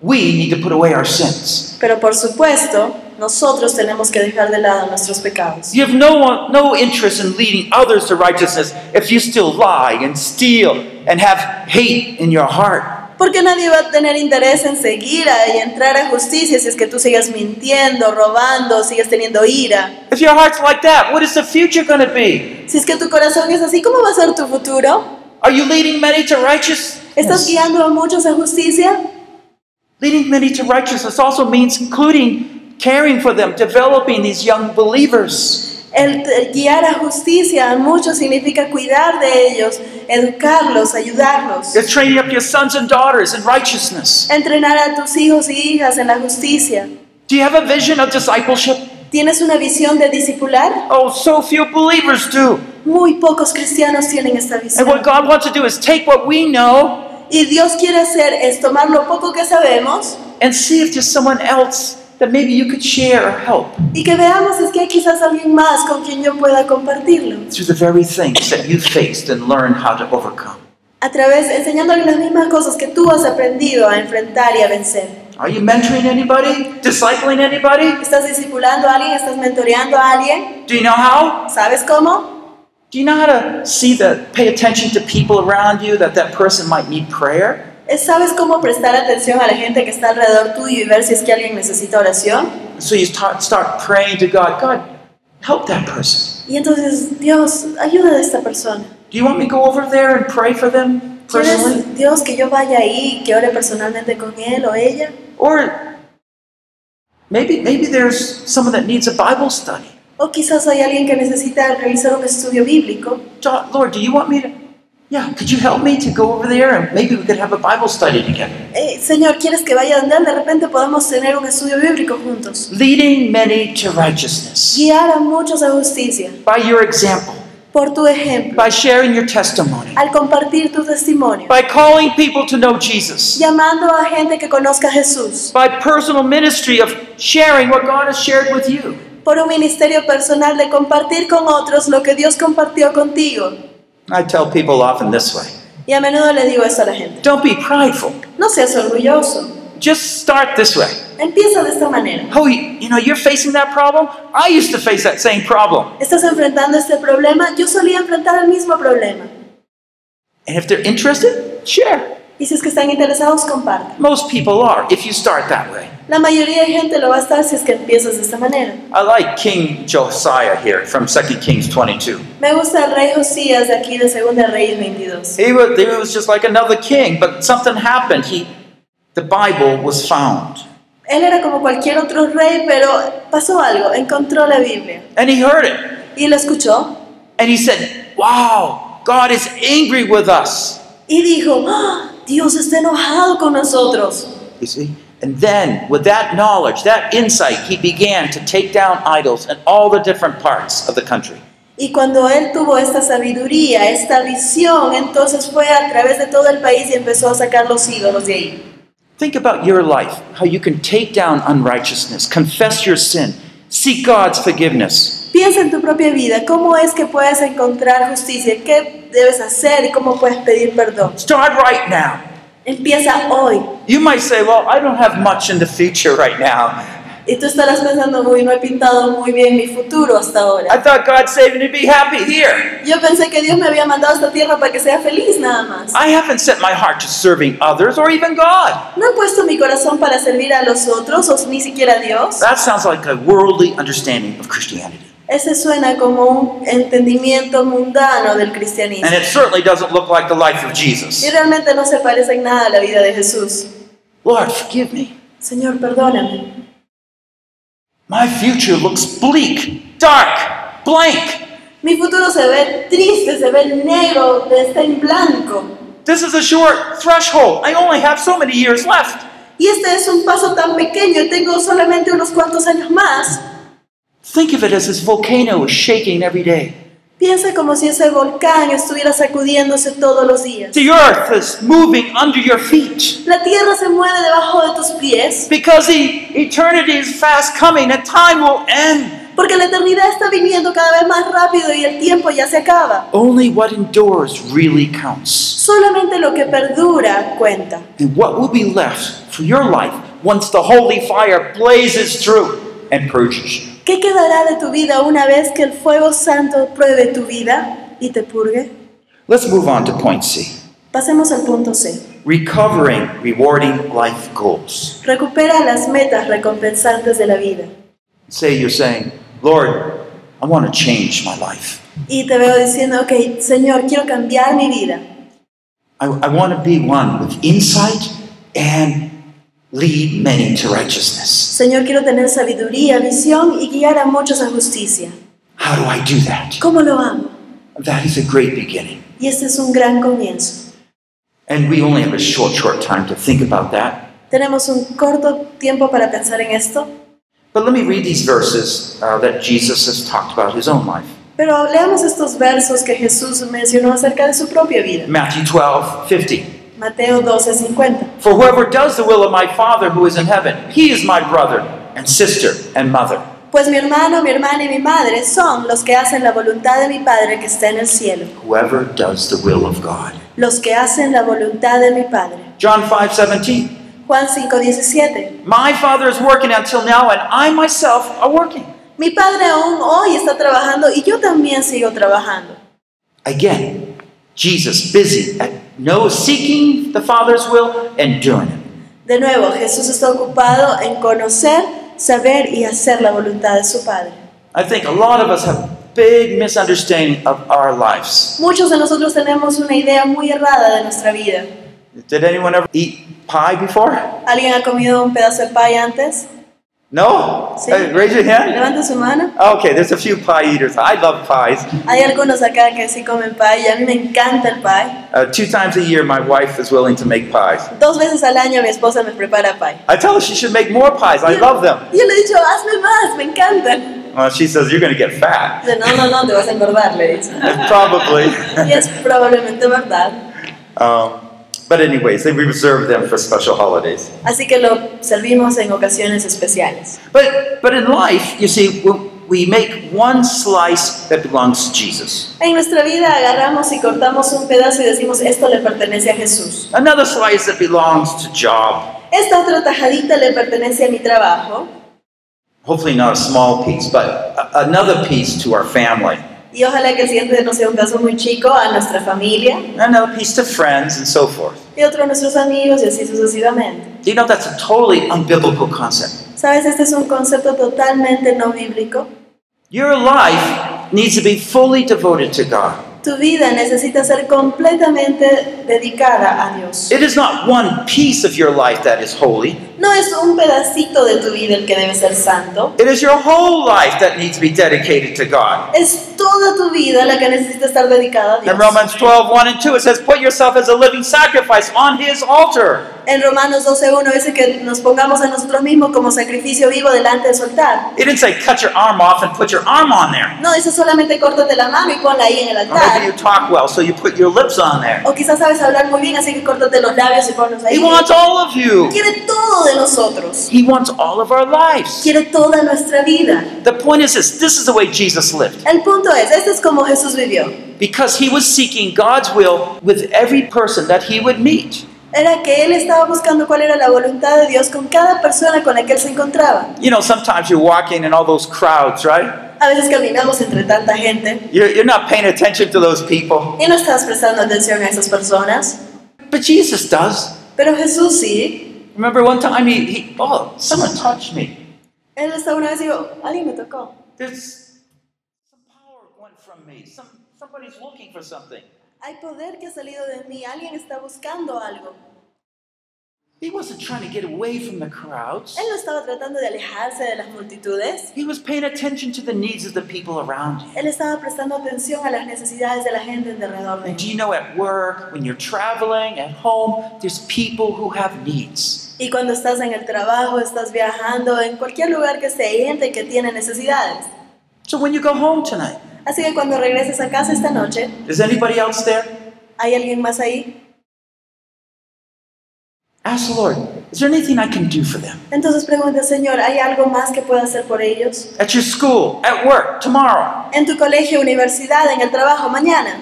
C: We need to put away our sins.
D: Pero por supuesto, nosotros tenemos que dejar de lado nuestros pecados.
C: You have no, no interest in leading others to righteousness if you still lie and steal and have hate in your heart.
D: Porque nadie va a tener interés en seguir a- y entrar a justicia si es que tú sigues mintiendo, robando, sigues teniendo ira.
C: If your heart's like that, what is the future going to be?
D: Si es que tu corazón es así, ¿cómo va a ser tu futuro?
C: Are you leading many to righteousness?
D: ¿Estás guiando a muchos a justicia?
C: Leading many to righteousness also means including caring for them, developing these young believers.
D: El t- guiar a justicia a muchos significa cuidar de ellos, educarlos, ayudarlos,
C: You're training up your sons and daughters in righteousness.
D: entrenar a tus hijos y hijas en la justicia.
C: Do you have a vision of discipleship?
D: ¿Tienes una visión de discipular?
C: Oh, so few believers do.
D: Muy pocos cristianos tienen esta
C: And what
D: visión.
C: God wants to do is take what we know
D: Y Dios quiere hacer es tomar lo poco que sabemos
C: and see if there's someone else that maybe you could share or help
D: Y que veamos es que hay quizás alguien más con quien yo pueda compartirlo.
C: through the very things that you faced and learned how to overcome.
D: A través, enseñándole las mismas cosas que tú has aprendido a enfrentar y a vencer.
C: Are you mentoring anybody? Discipling anybody?
D: ¿Estás discipulando a alguien? ¿Estás mentoreando a alguien?
C: Do you know how?
D: ¿Sabes cómo?
C: Do you know how to see the pay attention to people around you that that person might need prayer?
D: Eh, ¿Sabes cómo prestar atención a la gente que está alrededor tuyo y ver si es que alguien necesita oración?
C: So you start start praying to God. God, help that person.
D: Y entonces, Dios, ayuda a esta persona.
C: Do you want me to go over there and pray for them personally?
D: ¿Quieres, Dios, que yo vaya ahí, que ore personalmente con él o ella?
C: Or maybe maybe there's someone that needs a Bible study.
D: ¿O quizás hay alguien que necesita realizar un estudio bíblico?
C: Jo- Lord, do you want me to? Yeah, could you help me to go over there and maybe we could have a Bible study together?
D: Eh, señor, ¿quieres que vaya donde él? De repente podemos tener un estudio bíblico juntos.
C: Leading many to righteousness
D: Guiar a muchos a justicia,
C: by your example,
D: por tu ejemplo,
C: by sharing your testimony,
D: al compartir tu testimonio,
C: by calling people to know Jesus.
D: llamando a gente que conozca a Jesús,
C: by personal ministry of sharing what God has shared with you.
D: por un ministerio personal de compartir con otros lo que Dios compartió contigo.
C: I tell people often this way
D: Y a menudo le digo eso a la gente.
C: don't be prideful,
D: No seas orgulloso.
C: just start this way.
D: Empieza de esta manera.
C: Oh, you, you know, you're facing that problem? I used to face that same problem.
D: Estás enfrentando este problema. Yo solía enfrentar el mismo problema.
C: And if they're interested, share.
D: Y si es que están interesados, compartan.
C: Most people are if you start that way.
D: La mayoría de gente lo va a estar si es que empiezas de esta manera.
C: I like King Josiah here from 2 Kings 22.
D: Me gusta el rey Josías de aquí de Segunda Reyes 22.
C: He was, he was just like another king, but something happened. He, the Bible was found.
D: Él era como cualquier otro rey, pero pasó algo, encontró la Biblia
C: And he heard it.
D: y lo escuchó
C: And he said, Wow, God is angry with us.
D: y dijo, "¡Ah! Dios está enojado con nosotros.
C: You see? And then, with that knowledge, that insight, he began to take down idols in all the different parts of the country.
D: Y cuando él tuvo esta sabiduría, esta visión, entonces fue a través de todo el país y empezó a sacar los ídolos de ahí.
C: Think about your life, how you can take down unrighteousness, confess your sin, seek God's forgiveness.
D: Piensa en tu propia vida, cómo es que puedes encontrar justicia, qué debes hacer y cómo puedes pedir perdón.
C: Start right now.
D: Empieza hoy.
C: You might say, Well, I don't have much in the future right now.
D: Y tú estarás pensando, muy, no he pintado muy bien mi futuro hasta
C: I
D: ahora.
C: thought God saved me to be happy here.
D: Yo pensé que Dios me había mandado a esta tierra para que sea feliz nada más.
C: I haven't set my heart to serving others or even God.
D: No he puesto mi corazón para servir a los otros o ni siquiera a Dios.
C: That sounds like a worldly understanding of Christianity.
D: Ese suena como un entendimiento mundano del
C: And
D: cristianismo.
C: it certainly doesn't look like the life of
D: Y
C: Jesus.
D: realmente no se parece en nada a la vida de Jesús.
C: Lord, forgive me.
D: Señor, perdóname.
C: My future looks bleak, dark, blank.
D: Mi futuro se ve triste, se ve negro, está en blanco.
C: This is a short threshold. I only have so many years left.
D: Y este es un paso tan pequeño, tengo solamente unos cuantos años más.
C: Think of it as this volcano is shaking every day.
D: Piensa como si ese volcán estuviera sacudiéndose todos los días.
C: The earth is moving under your feet.
D: La tierra se mueve debajo de tus pies
C: Because the eternity is fast coming and time will end.
D: porque la eternidad está viniendo cada vez más rápido y el tiempo ya se acaba.
C: Only what endures really counts.
D: Solamente lo que perdura cuenta.
C: And what will be left for your life once the holy fire blazes through and purges you.
D: ¿Qué quedará de tu vida una vez que el fuego santo pruebe tu vida y te purgue?
C: Let's move on to point C
D: Pasemos al punto C.
C: recovering rewarding life goals.
D: Recupera las metas recompensantes de la vida.
C: Say you're saying, Lord, I want to change my life.
D: Y te veo diciendo, ok, Señor, quiero cambiar mi vida.
C: I, I want to be one with insight and lead many to righteousness.
D: Señor, quiero tener sabiduría, visión y guiar a muchos a justicia.
C: How do I do that?
D: ¿Cómo lo amo?
C: That is a great beginning.
D: Y este es un gran comienzo.
C: And we only have a short, short time to think about that.
D: Tenemos un corto tiempo para pensar en esto,
C: But let me read these verses uh, that Jesus has talked about his own life.
D: pero leamos estos versos que Jesús mencionó acerca de su propia vida.
C: Matthew 12, 50.
D: Mateo 12, 50.
C: For whoever does the will of my Father who is in heaven, he is my brother and sister and mother.
D: Pues mi hermano, mi hermana y mi madre son los que hacen la voluntad de mi Padre que está en el cielo,
C: Whoever does the will of God.
D: los que hacen la voluntad de mi Padre.
C: John 5, 17.
D: Juan 5, 17.
C: My Father is working until now, and I myself are working.
D: Mi Padre aún hoy está trabajando y yo también sigo trabajando.
C: Again, Jesus busy at no seeking the Father's will and doing it.
D: De nuevo, Jesús está ocupado en conocer, saber y hacer la voluntad de su Padre.
C: I think a lot of us have big misunderstanding of our lives.
D: Muchos de nosotros tenemos una idea muy errada de nuestra vida.
C: Did anyone ever eat pie before?
D: ¿Alguien ha comido un pedazo de pie antes?
C: No?
D: Sí.
C: Hey, raise your hand.
D: Levanta su mano.
C: Okay, there's a few pie eaters. I love pies.
D: Hay algunos acá que sí comen pie y a mí me encanta el pie.
C: Uh, two times a year, my wife is willing to make pies.
D: Dos veces al año mi esposa me prepara pie.
C: I tell her she should make more pies. I love them.
D: Y yo le he dicho, hazme más, me encantan.
C: Well, she says, You're going to get fat.
D: Dice, no, no, no, te vas a engordar, le dice.
C: Probably.
D: Y es probablemente verdad.
C: Um, but anyways, they reserve them for special holidays.
D: Así que lo servimos en ocasiones especiales.
C: But but in life, you see, we, we make one slice that belongs to Jesus,
D: En nuestra vida agarramos y cortamos un pedazo y decimos, esto le pertenece a Jesús.
C: another slice that belongs to job.
D: Esta otra tajadita le pertenece a mi trabajo
C: Hopefully, not a small piece, but a- another piece to our family,
D: y ojalá que el siguiente no sea un pedazo muy chico a nuestra familia
C: another piece to friends, and so forth.
D: y otro a nuestros amigos y así sucesivamente.
C: You know, that's a totally unbiblical concept.
D: ¿Sabes? Este es un concepto totalmente no bíblico.
C: Your life needs to be fully devoted to God.
D: Tu vida necesita ser completamente dedicada a Dios.
C: It is not one piece of your life that is holy.
D: No es un pedacito de tu vida el que debe ser santo,
C: It is your whole life that needs to be dedicated to God.
D: Es toda tu vida la que necesita estar dedicada a Dios.
C: In Romans 12, 1 and 2, it says, Put yourself as a living sacrifice on his altar.
D: En Romanos 12.1 dice que nos pongamos a nosotros mismos como sacrificio vivo delante de su altar.
C: It didn't say cut your arm off and put your arm on there.
D: No, dice solamente córtate la mano y ponla ahí en el
C: Or maybe you
D: altar.
C: talk well, so you put your lips on there.
D: O quizás sabes hablar muy bien, así que córtate los labios y ponlos
C: He
D: ahí.
C: wants all of you.
D: Quiere todo de nosotros.
C: He wants all of our lives.
D: Quiere toda nuestra vida.
C: The point is this this is the way Jesus lived.
D: El punto es, este es como Jesús vivió.
C: Because he was seeking God's will with every person that he would meet.
D: Era que él estaba buscando cuál era la voluntad de Dios con cada persona con la que él se encontraba.
C: You know, sometimes you're walking in all those crowds, right?
D: A veces caminamos entre tanta gente
C: You're, you're not paying attention to those people.
D: y no estás prestando atención a esas personas.
C: But Jesus does.
D: Pero Jesús sí.
C: Remember one time he, he oh, someone touched me.
D: Él estaba una vez y dijo, alguien me tocó.
C: There's some power went from me. Some, somebody's looking for something.
D: Hay poder que ha salido de mí, alguien está buscando algo.
C: He wasn't trying to get away from the crowds.
D: Él no estaba tratando de alejarse de las multitudes.
C: He was paying attention to the needs of the people around him.
D: Él estaba prestando atención a las necesidades de la gente en alrededor de
C: And do
D: él.
C: you know at work, when you're traveling, at home, there's people who have needs.
D: Y cuando estás en el trabajo, estás viajando, en cualquier lugar que esté, hay gente que tiene necesidades.
C: So when you go home tonight,
D: Así que cuando regreses a casa esta noche,
C: is anybody else there?
D: ¿hay alguien más ahí?
C: Ask the Lord, is there anything I can do for them?
D: Entonces pregunta, Señor, ¿hay algo más que pueda hacer por ellos?
C: At your school, at work, tomorrow.
D: En tu colegio, universidad, en el trabajo, mañana.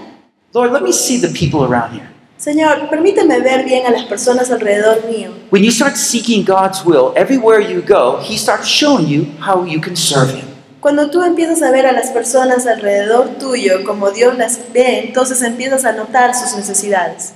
C: Lord, let me see the people around here.
D: Señor, permíteme ver bien a las personas alrededor mío.
C: When you start seeking God's will, everywhere you go, He starts showing you how you can serve Him.
D: Cuando tú empiezas a ver a las personas alrededor tuyo como Dios las ve, entonces empiezas a notar sus necesidades.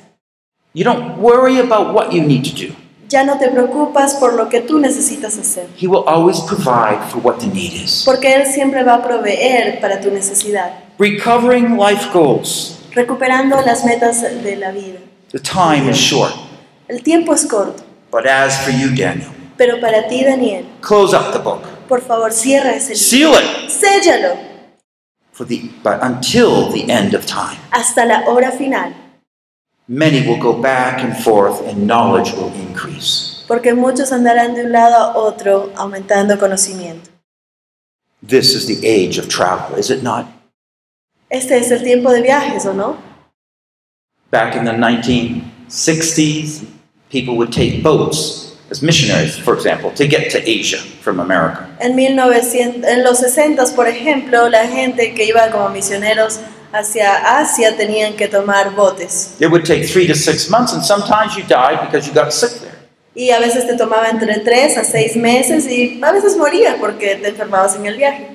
C: You don't worry about what you need to do.
D: Ya no te preocupas por lo que tú necesitas hacer,
C: He will always provide for what the need is.
D: porque Él siempre va a proveer para tu necesidad,
C: Recovering life goals.
D: recuperando las metas de la vida.
C: The time is short.
D: El tiempo es corto,
C: But as for you, Daniel,
D: pero para ti, Daniel,
C: close up the book.
D: por favor, cierra ese libro.
C: Seal it
D: Séllalo
C: for the but until the end of time.
D: hasta la hora final,
C: Many will go back and forth and knowledge will increase.
D: porque muchos andarán de un lado a otro aumentando conocimiento.
C: This is the age of travel, is it not?
D: Este es el tiempo de viajes, ¿o no?
C: Back in the 1960s, people would take boats as missionaries, for example, to get to Asia from America.
D: En, 1900, en los 60, por ejemplo, la gente que iba como misioneros hacia Asia tenían que tomar botes.
C: It would take three to six months, and sometimes you died because you got sick there.
D: Y a veces te tomaba entre 3 a 6 meses y a veces morías porque te enfermabas en el viaje.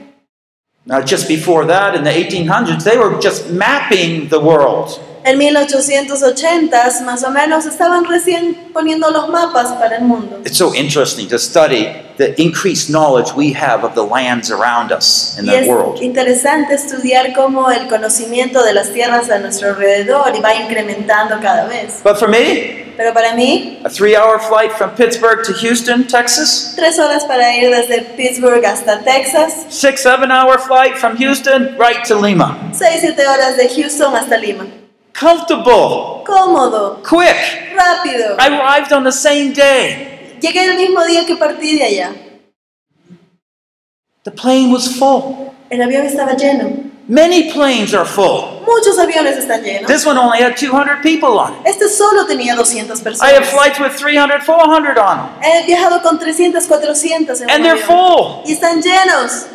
C: Now, just before that, in the 1800s, they were just mapping the world.
D: En 1880 más o menos estaban recién poniendo los mapas para el mundo.
C: It's so interesting to study the increased knowledge we have of the lands around us in
D: Y
C: the
D: es
C: world.
D: interesante estudiar cómo el conocimiento de las tierras a nuestro alrededor va incrementando cada vez.
C: But for me,
D: Pero para mí,
C: a three hour flight from Pittsburgh to Houston, Texas,
D: tres horas para ir desde Pittsburgh hasta Texas,
C: six, seven hour flight from Houston right to Lima.
D: 6-7 horas de Houston hasta Lima.
C: Comfortable,
D: Cómodo,
C: quick.
D: rápido.
C: I arrived on the same day.
D: Llegué el mismo día que partí de allá.
C: The plane was full.
D: El avión estaba lleno.
C: Many planes are full.
D: Muchos aviones están llenos.
C: This one only had 200 people on it.
D: Este solo tenía 200
C: I have
D: personas.
C: flights with 300, 400 on them,
D: He viajado con 300, 400 en un
C: and they're
D: avión.
C: full.
D: Y están llenos.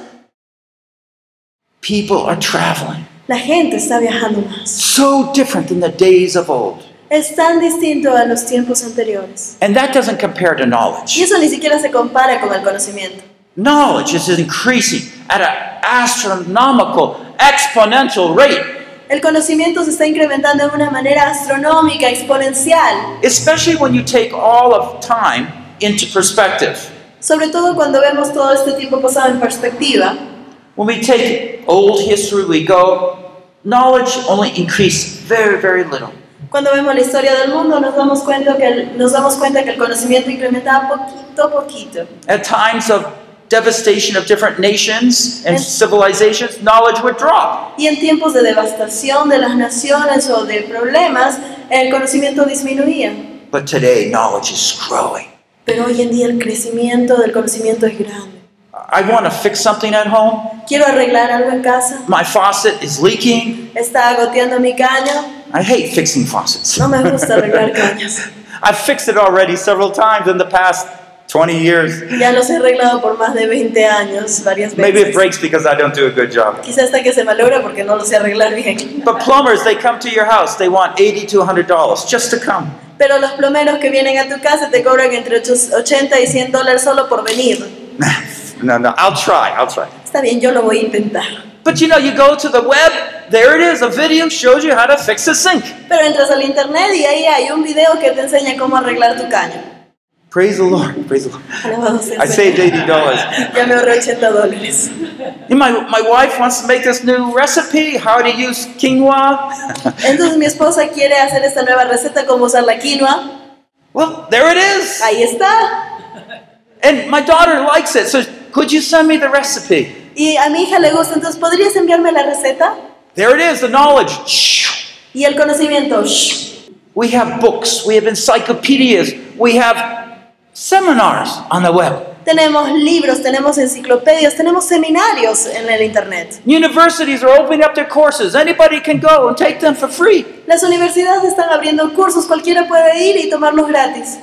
C: People are traveling.
D: La gente está viajando más.
C: So different than the days of old.
D: Es tan distinto a los tiempos anteriores.
C: And that doesn't compare to
D: Y
C: knowledge.
D: eso ni siquiera se compara con el conocimiento.
C: Knowledge is increasing at an astronomical, exponential rate,
D: El conocimiento se está incrementando de una manera astronómica, exponencial.
C: especially when you take all of time into perspective.
D: Sobre todo cuando vemos todo este tiempo pasado en perspectiva.
C: When we take old history, we go, knowledge only increased very, very little.
D: Cuando vemos la historia del mundo nos damos cuenta que el, nos damos cuenta que el conocimiento incrementaba poquito a poquito.
C: At times of devastation of different nations and
D: Yes.
C: civilizations, knowledge would drop.
D: Y en tiempos de devastación de las naciones o de problemas, el conocimiento disminuía.
C: But today, knowledge is growing.
D: Pero hoy en día el crecimiento del conocimiento es grande.
C: I want to fix something at home.
D: Quiero arreglar algo en casa,
C: My faucet is leaking.
D: está goteando mi caño,
C: I hate fixing faucets.
D: no me gusta arreglar caños.
C: I've fixed it already several times in the past 20 years.
D: Ya los he arreglado por más de 20 años, varias
C: Maybe it
D: veces.
C: breaks because I don't do a good job.
D: Quizás hasta que se malogra porque no lo sé arreglar bien.
C: But plumbers, they come to your house, they want 80 to 100 dollars just to come.
D: Pero los plomeros que vienen a tu casa te cobran entre ocho- 80 y 100 dólares solo por venir.
C: No, no, I'll try, I'll try.
D: Está bien, yo lo voy a intentar.
C: But you know, you go to the web, there it is, a video shows you how to fix a sink.
D: Pero entras al internet y ahí hay un video que te enseña cómo arreglar tu caño.
C: Praise the Lord, praise the Lord.
D: Alabado sea el
C: I saved
D: Señor.
C: 80 dollars.
D: Ya me ahorré 80 dólares.
C: My, my wife wants to make this new recipe, how to use quinoa.
D: Entonces mi esposa quiere hacer esta nueva receta, cómo usar la quinoa.
C: well, there it is.
D: Ahí está.
C: And my daughter likes it, so could you send me the recipe?
D: Y a mi hija le gusta, entonces ¿podrías enviarme la receta?
C: There it is, the knowledge. Shh.
D: Y el conocimiento. shh.
C: We have books, we have encyclopedias, we have seminars on the web.
D: Tenemos libros, tenemos enciclopedias, tenemos seminarios en el internet.
C: Universities are opening up their courses. Anybody can go and take them for free.
D: Las universidades están abriendo cursos, cualquiera puede ir y tomarlos gratis.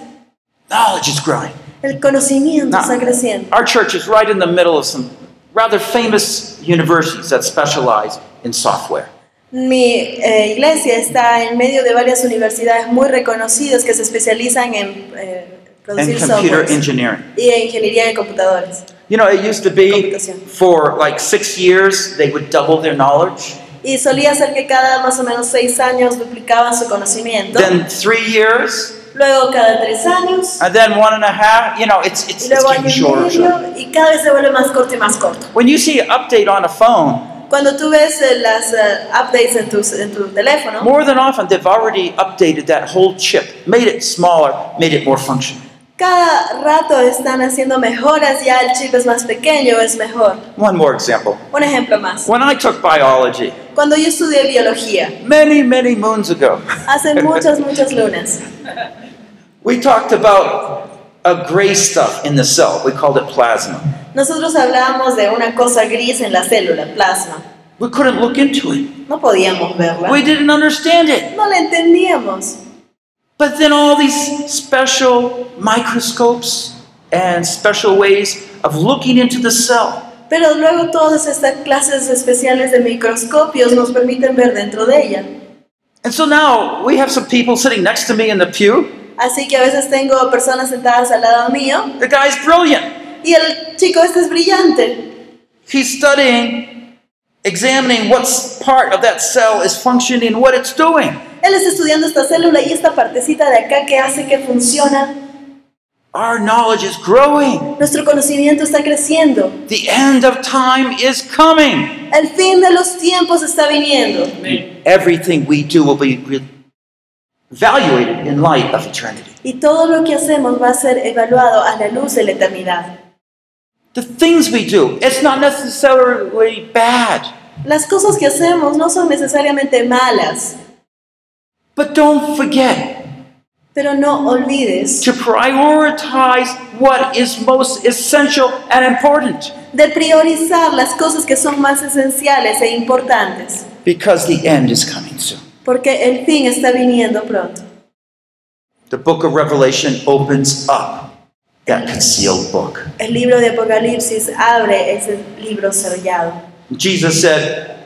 C: Knowledge is growing.
D: El conocimiento
C: No.
D: está creciendo.
C: Our church is right in the middle of some rather famous universities that specialize in software.
D: Mi eh, iglesia está en medio de varias universidades muy reconocidas que se especializan en eh,
C: and
D: producir
C: computer
D: software
C: engineering.
D: y en ingeniería de computadores.
C: You know, it used to be
D: Computación.
C: for like six years, they would double their knowledge.
D: Y solía ser que cada más o menos seis años duplicaban su conocimiento,
C: Then three years,
D: luego cada tres años,
C: and then one and a half. You know, it's,
D: y
C: it's, it's
D: luego
C: getting
D: año y
C: shorter. and shorter.
D: medio, y cada vez se vuelve más corto y más corto.
C: When you see an update on a phone,
D: Cuando tú ves eh, las eh, updates en, tus- en tu teléfono,
C: more than often they've already updated that whole chip, made it smaller, made it more functional.
D: cada rato están haciendo mejoras, ya el chip es más pequeño, es mejor.
C: One more example.
D: Un ejemplo más.
C: When I took biology,
D: Cuando yo estudié biología,
C: many, many moons ago,
D: hace muchas, muchas lunas,
C: we talked about a gray stuff in the cell. We called it plasma.
D: nosotros hablábamos de una cosa gris en la célula, plasma.
C: We couldn't look into it.
D: No podíamos verla.
C: We didn't understand it.
D: No la entendíamos.
C: But then all these special microscopes and special ways of looking into the cell.
D: Pero luego todas estas clases especiales de microscopios nos permiten ver dentro de ella.
C: And so now we have some people sitting next to me in the pew.
D: Así que a veces tengo personas sentadas al lado mío
C: The guy's brilliant.
D: y el chico este es brillante.
C: He's studying, examining what part of that cell is functioning, what it's doing.
D: Él está estudiando esta célula y esta partecita de acá que hace que funciona.
C: Our knowledge is growing.
D: Nuestro conocimiento está creciendo.
C: The end of time is coming.
D: El fin de los tiempos está viniendo.
C: Everything we do will be re- evaluated in light of eternity.
D: Y todo lo que hacemos va a ser evaluado a la luz de la eternidad.
C: The things we do, it's not necessarily bad.
D: Las cosas que hacemos no son necesariamente malas,
C: But don't forget
D: pero no olvides
C: to prioritize what is most essential and important
D: de priorizar las cosas que son más esenciales e importantes,
C: because the end is coming soon.
D: porque el fin está viniendo pronto.
C: The book of Revelation opens up that concealed book.
D: El libro de Apocalipsis abre ese libro sellado.
C: Jesus said,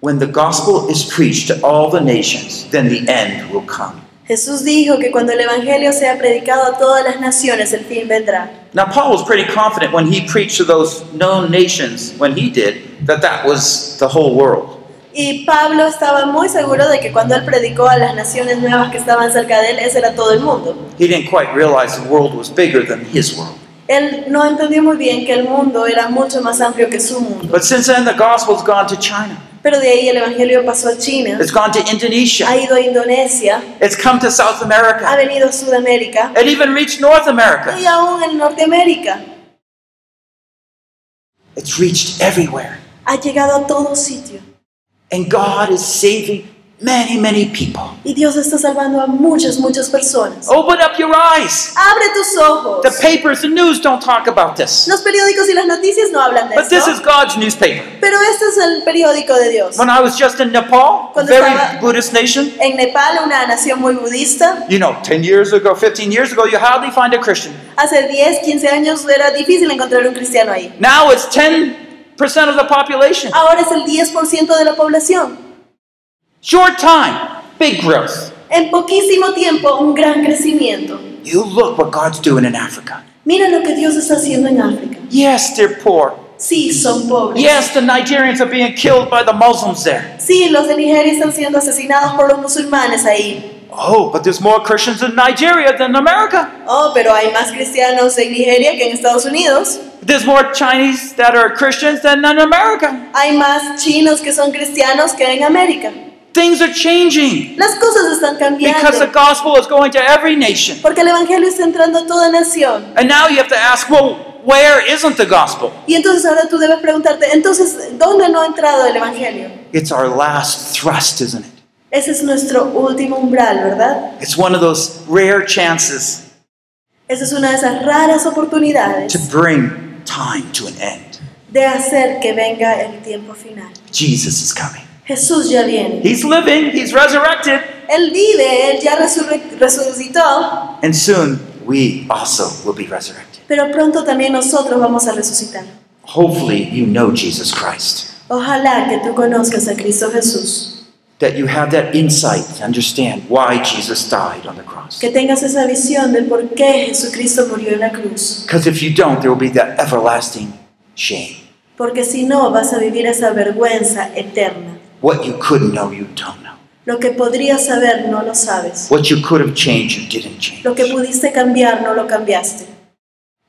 C: When the gospel is preached to all the nations, then the end will come.
D: Jesús dijo que cuando el Evangelio sea predicado a todas las naciones, el fin vendrá.
C: Now, Paul was pretty confident when he preached to those known nations, when he did, that that was the whole world.
D: Y Pablo estaba muy seguro de que cuando él predicó a las naciones nuevas que estaban cerca de él, ese era todo el mundo.
C: He didn't quite realize the world was bigger than his world.
D: Él no entendió muy bien que el mundo era mucho más amplio que su mundo.
C: But since then, the gospel's gone to China.
D: Pero de ahí el Evangelio pasó a China,
C: It's gone to Indonesia.
D: ha ido a Indonesia,
C: It's come to South
D: ha
C: America.
D: venido a Sudamérica
C: It even reached North America.
D: y aún en Norteamérica.
C: It's reached everywhere.
D: Ha llegado a todo sitio.
C: And God is saving many, many people.
D: Y Dios está salvando a muchas, muchas personas.
C: Open up your eyes.
D: Abre tus ojos.
C: The papers, the news don't talk about this.
D: Los periódicos y las noticias no hablan de
C: But this
D: esto.
C: is God's newspaper.
D: Pero este es el periódico de Dios.
C: When I was just in Nepal, a
D: Cuando
C: very
D: estaba-
C: Buddhist nation,
D: En Nepal, una nación muy budista,
C: you know, 10 years ago, 15 years ago, you hardly find a Christian.
D: hace 10, 15 años era difícil encontrar un cristiano ahí.
C: Now it's 10% of the population.
D: Ahora es el 10% de la población.
C: Short time, big growth.
D: En poquísimo tiempo, un gran crecimiento.
C: You look what God's doing in Africa.
D: Mira lo que Dios está haciendo en África.
C: Yes, they're poor.
D: Sí, son pobres.
C: Yes, the Nigerians are being killed by the Muslims there.
D: Sí, los de Nigeria están siendo asesinados por los musulmanes ahí.
C: Oh, but there's more Christians in Nigeria than America.
D: Oh, pero hay más cristianos en Nigeria que en Estados Unidos.
C: There's more Chinese that are Christians than in America.
D: Hay más chinos que son cristianos que en América.
C: Things are changing
D: Las cosas están
C: because the
D: cambiando.
C: gospel is going to every nation.
D: Porque el Evangelio está entrando a toda nación.
C: And now you have to ask, well, where isn't the gospel?
D: Y entonces ahora tú debes preguntarte, entonces, ¿dónde no ha entrado el Evangelio?
C: It's our last thrust, isn't it?
D: Ese es nuestro último umbral, ¿verdad?
C: It's one of those rare chances
D: Esa es una de esas raras
C: to
D: oportunidades
C: bring time to an end.
D: de hacer que venga el tiempo final.
C: Jesus is coming.
D: Jesús ya viene.
C: He's living, he's resurrected,
D: Él vive, Él ya resurre- resucitó,
C: and soon we also will be resurrected.
D: pero pronto también nosotros vamos a resucitar.
C: Hopefully, you know Jesus Christ.
D: Ojalá que tú conozcas a Cristo Jesús,
C: that you have that insight to understand why Jesus died on the cross.
D: que tengas esa visión del por qué Jesucristo murió en la cruz,
C: Because if you don't, there will be that everlasting shame.
D: porque si no vas a vivir esa vergüenza eterna.
C: What you couldn't know, you don't know.
D: Lo que podrías saber no lo sabes,
C: What you could have changed, you didn't change.
D: lo que pudiste cambiar no lo cambiaste.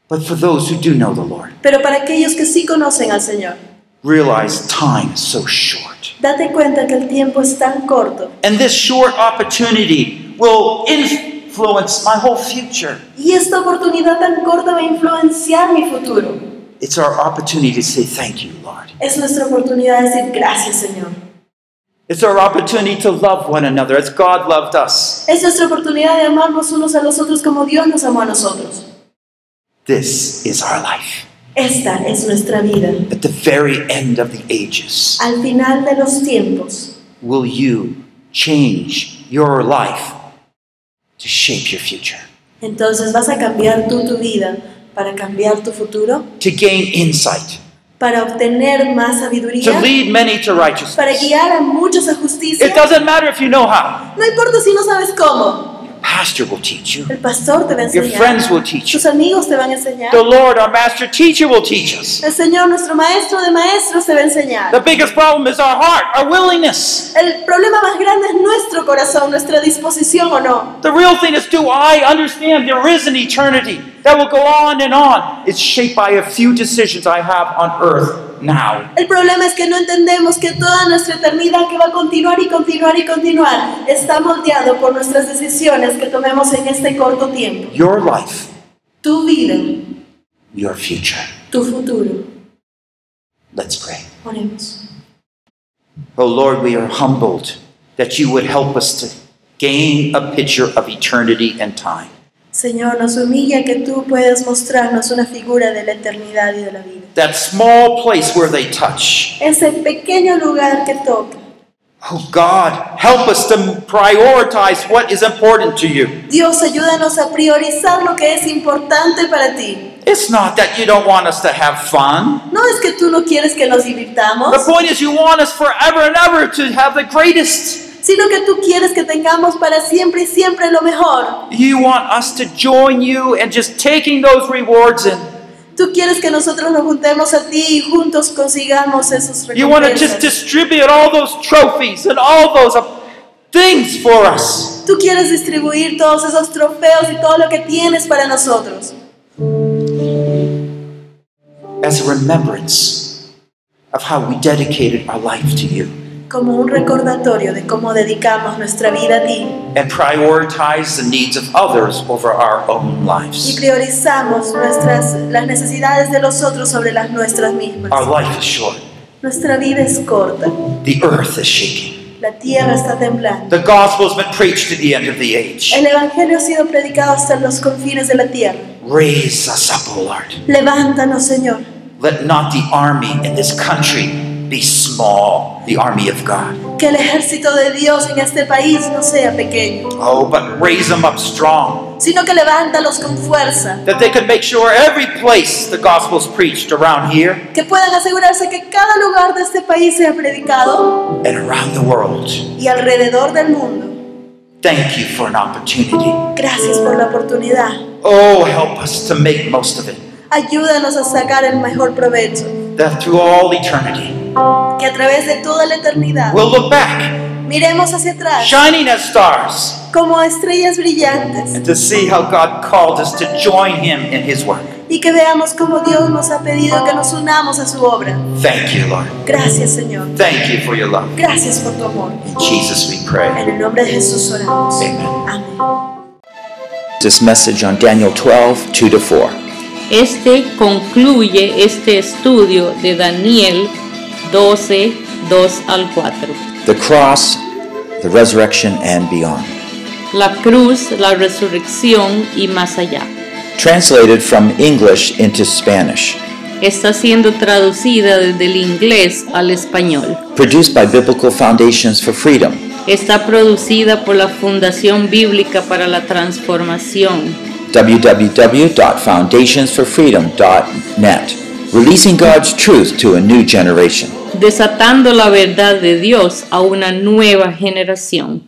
C: But for those who do know the Lord,
D: Pero para aquellos que sí conocen al Señor,
C: realize time is so short.
D: date cuenta que el tiempo es tan corto
C: And this short opportunity will influence my whole future.
D: y esta oportunidad tan corta va a influenciar mi futuro.
C: It's our opportunity to say thank you, Lord.
D: Es nuestra oportunidad de decir gracias Señor.
C: It's our opportunity to love one another as God loved us.
D: Es nuestra oportunidad de amarnos unos a los otros como Dios nos amó a nosotros.
C: This is our life.
D: Esta es nuestra vida.
C: At the very end of the ages,
D: Al final de los tiempos,
C: will you change your life to shape your future,
D: entonces vas a cambiar tú tu vida para cambiar tu futuro,
C: to gain insight,
D: para obtener más
C: to
D: sabiduría,
C: lead many to
D: para
C: righteousness?
D: guiar a muchos a justicia.
C: It doesn't matter if you know how.
D: No importa si no sabes cómo.
C: Your pastor will teach you,
D: El pastor te va a
C: your friends
D: enseñar.
C: will teach you,
D: Tus amigos te van a enseñar.
C: the Lord, our master teacher, will teach us.
D: El Señor, nuestro maestro de maestros, te va a enseñar.
C: The biggest problem is our heart, our willingness.
D: El problema más grande es nuestro corazón, nuestra disposición o no.
C: The real thing is do I understand there is an eternity that will go on and on? It's shaped by a few decisions I have on earth now.
D: El problema es que no entendemos que toda nuestra eternidad que va a continuar y continuar y continuar está moldeado por nuestras decisiones que tomemos en este corto tiempo.
C: Your life,
D: Tu vida,
C: your future.
D: tu futuro.
C: Let's pray.
D: Oremos.
C: Oh Lord, we are humbled that you would help us to gain a picture of eternity and time.
D: Señor, nos humilla que tú puedas mostrarnos una figura de la eternidad y de la vida.
C: That small place where they touch.
D: Ese pequeño lugar que toca.
C: Oh God, help us to prioritize what is important to you.
D: Dios, ayúdanos a priorizar lo que es importante para ti.
C: It's not that you don't want us to have fun.
D: No es que tú no quieres que nos divirtamos,
C: The point is, you want us forever and ever to have the greatest.
D: sino que tú quieres que tengamos para siempre y siempre lo mejor.
C: You want us to join you and just taking those rewards in.
D: Tú quieres que nosotros nos juntemos a ti y juntos consigamos esos
C: You want to just
D: recompensas.
C: distribute all those trophies and all those uh, things for us.
D: Tú quieres distribuir todos esos trofeos y todo lo que tienes para nosotros.
C: As a remembrance of how we dedicated our life to you
D: como un recordatorio de cómo dedicamos nuestra vida a ti
C: and prioritize the needs of others over our own
D: y
C: lives.
D: priorizamos nuestras, las necesidades de los otros sobre las nuestras
C: Our
D: mismas.
C: life is short.
D: Nuestra vida es corta,
C: The earth is shaking.
D: la tierra está temblando.
C: The gospel has been preached to the end of the age.
D: El Evangelio ha sido predicado hasta los confines de la tierra.
C: Raise us up, O Lord.
D: Levántanos, Señor.
C: Let not the army in this country be small, the army of God.
D: Que el ejército de Dios en este país no sea pequeño,
C: Oh, but raise them up strong,
D: sino que levántalos con fuerza.
C: that they could make sure every place the gospel's preached around here
D: Que puedan asegurarse que cada lugar de este país sea predicado
C: and around the world.
D: y alrededor del mundo.
C: Thank you for an opportunity.
D: Gracias por la oportunidad.
C: Oh, help us to make most of it,
D: Ayúdanos a sacar el mejor provecho,
C: that through all eternity
D: que a través de toda la eternidad
C: we'll look back,
D: miremos hacia atrás
C: shining as stars,
D: como estrellas brillantes
C: and to see how God called us to join Him in His work.
D: y que veamos cómo Dios nos ha pedido que nos unamos a su obra.
C: Thank you, Lord.
D: Gracias Señor,
C: Thank you for your love.
D: gracias por tu amor.
C: In Jesus we pray.
D: En el nombre de Jesús oramos.
C: Amen.
D: Amén.
A: This message on Daniel 12, 2 to 4.
B: Este concluye este estudio de Daniel 12, 2 al 4.
A: The cross, the resurrection, and beyond.
B: La cruz, la resurrección y más allá.
A: Translated from English into Spanish.
B: Está siendo traducida desde el inglés al español.
A: Produced by Biblical Foundations for Freedom.
B: Está producida por la Fundación Bíblica para la Transformación.
A: www.foundationsforfreedom.net. Releasing God's truth to a new generation.
B: desatando la verdad de Dios a una nueva generación.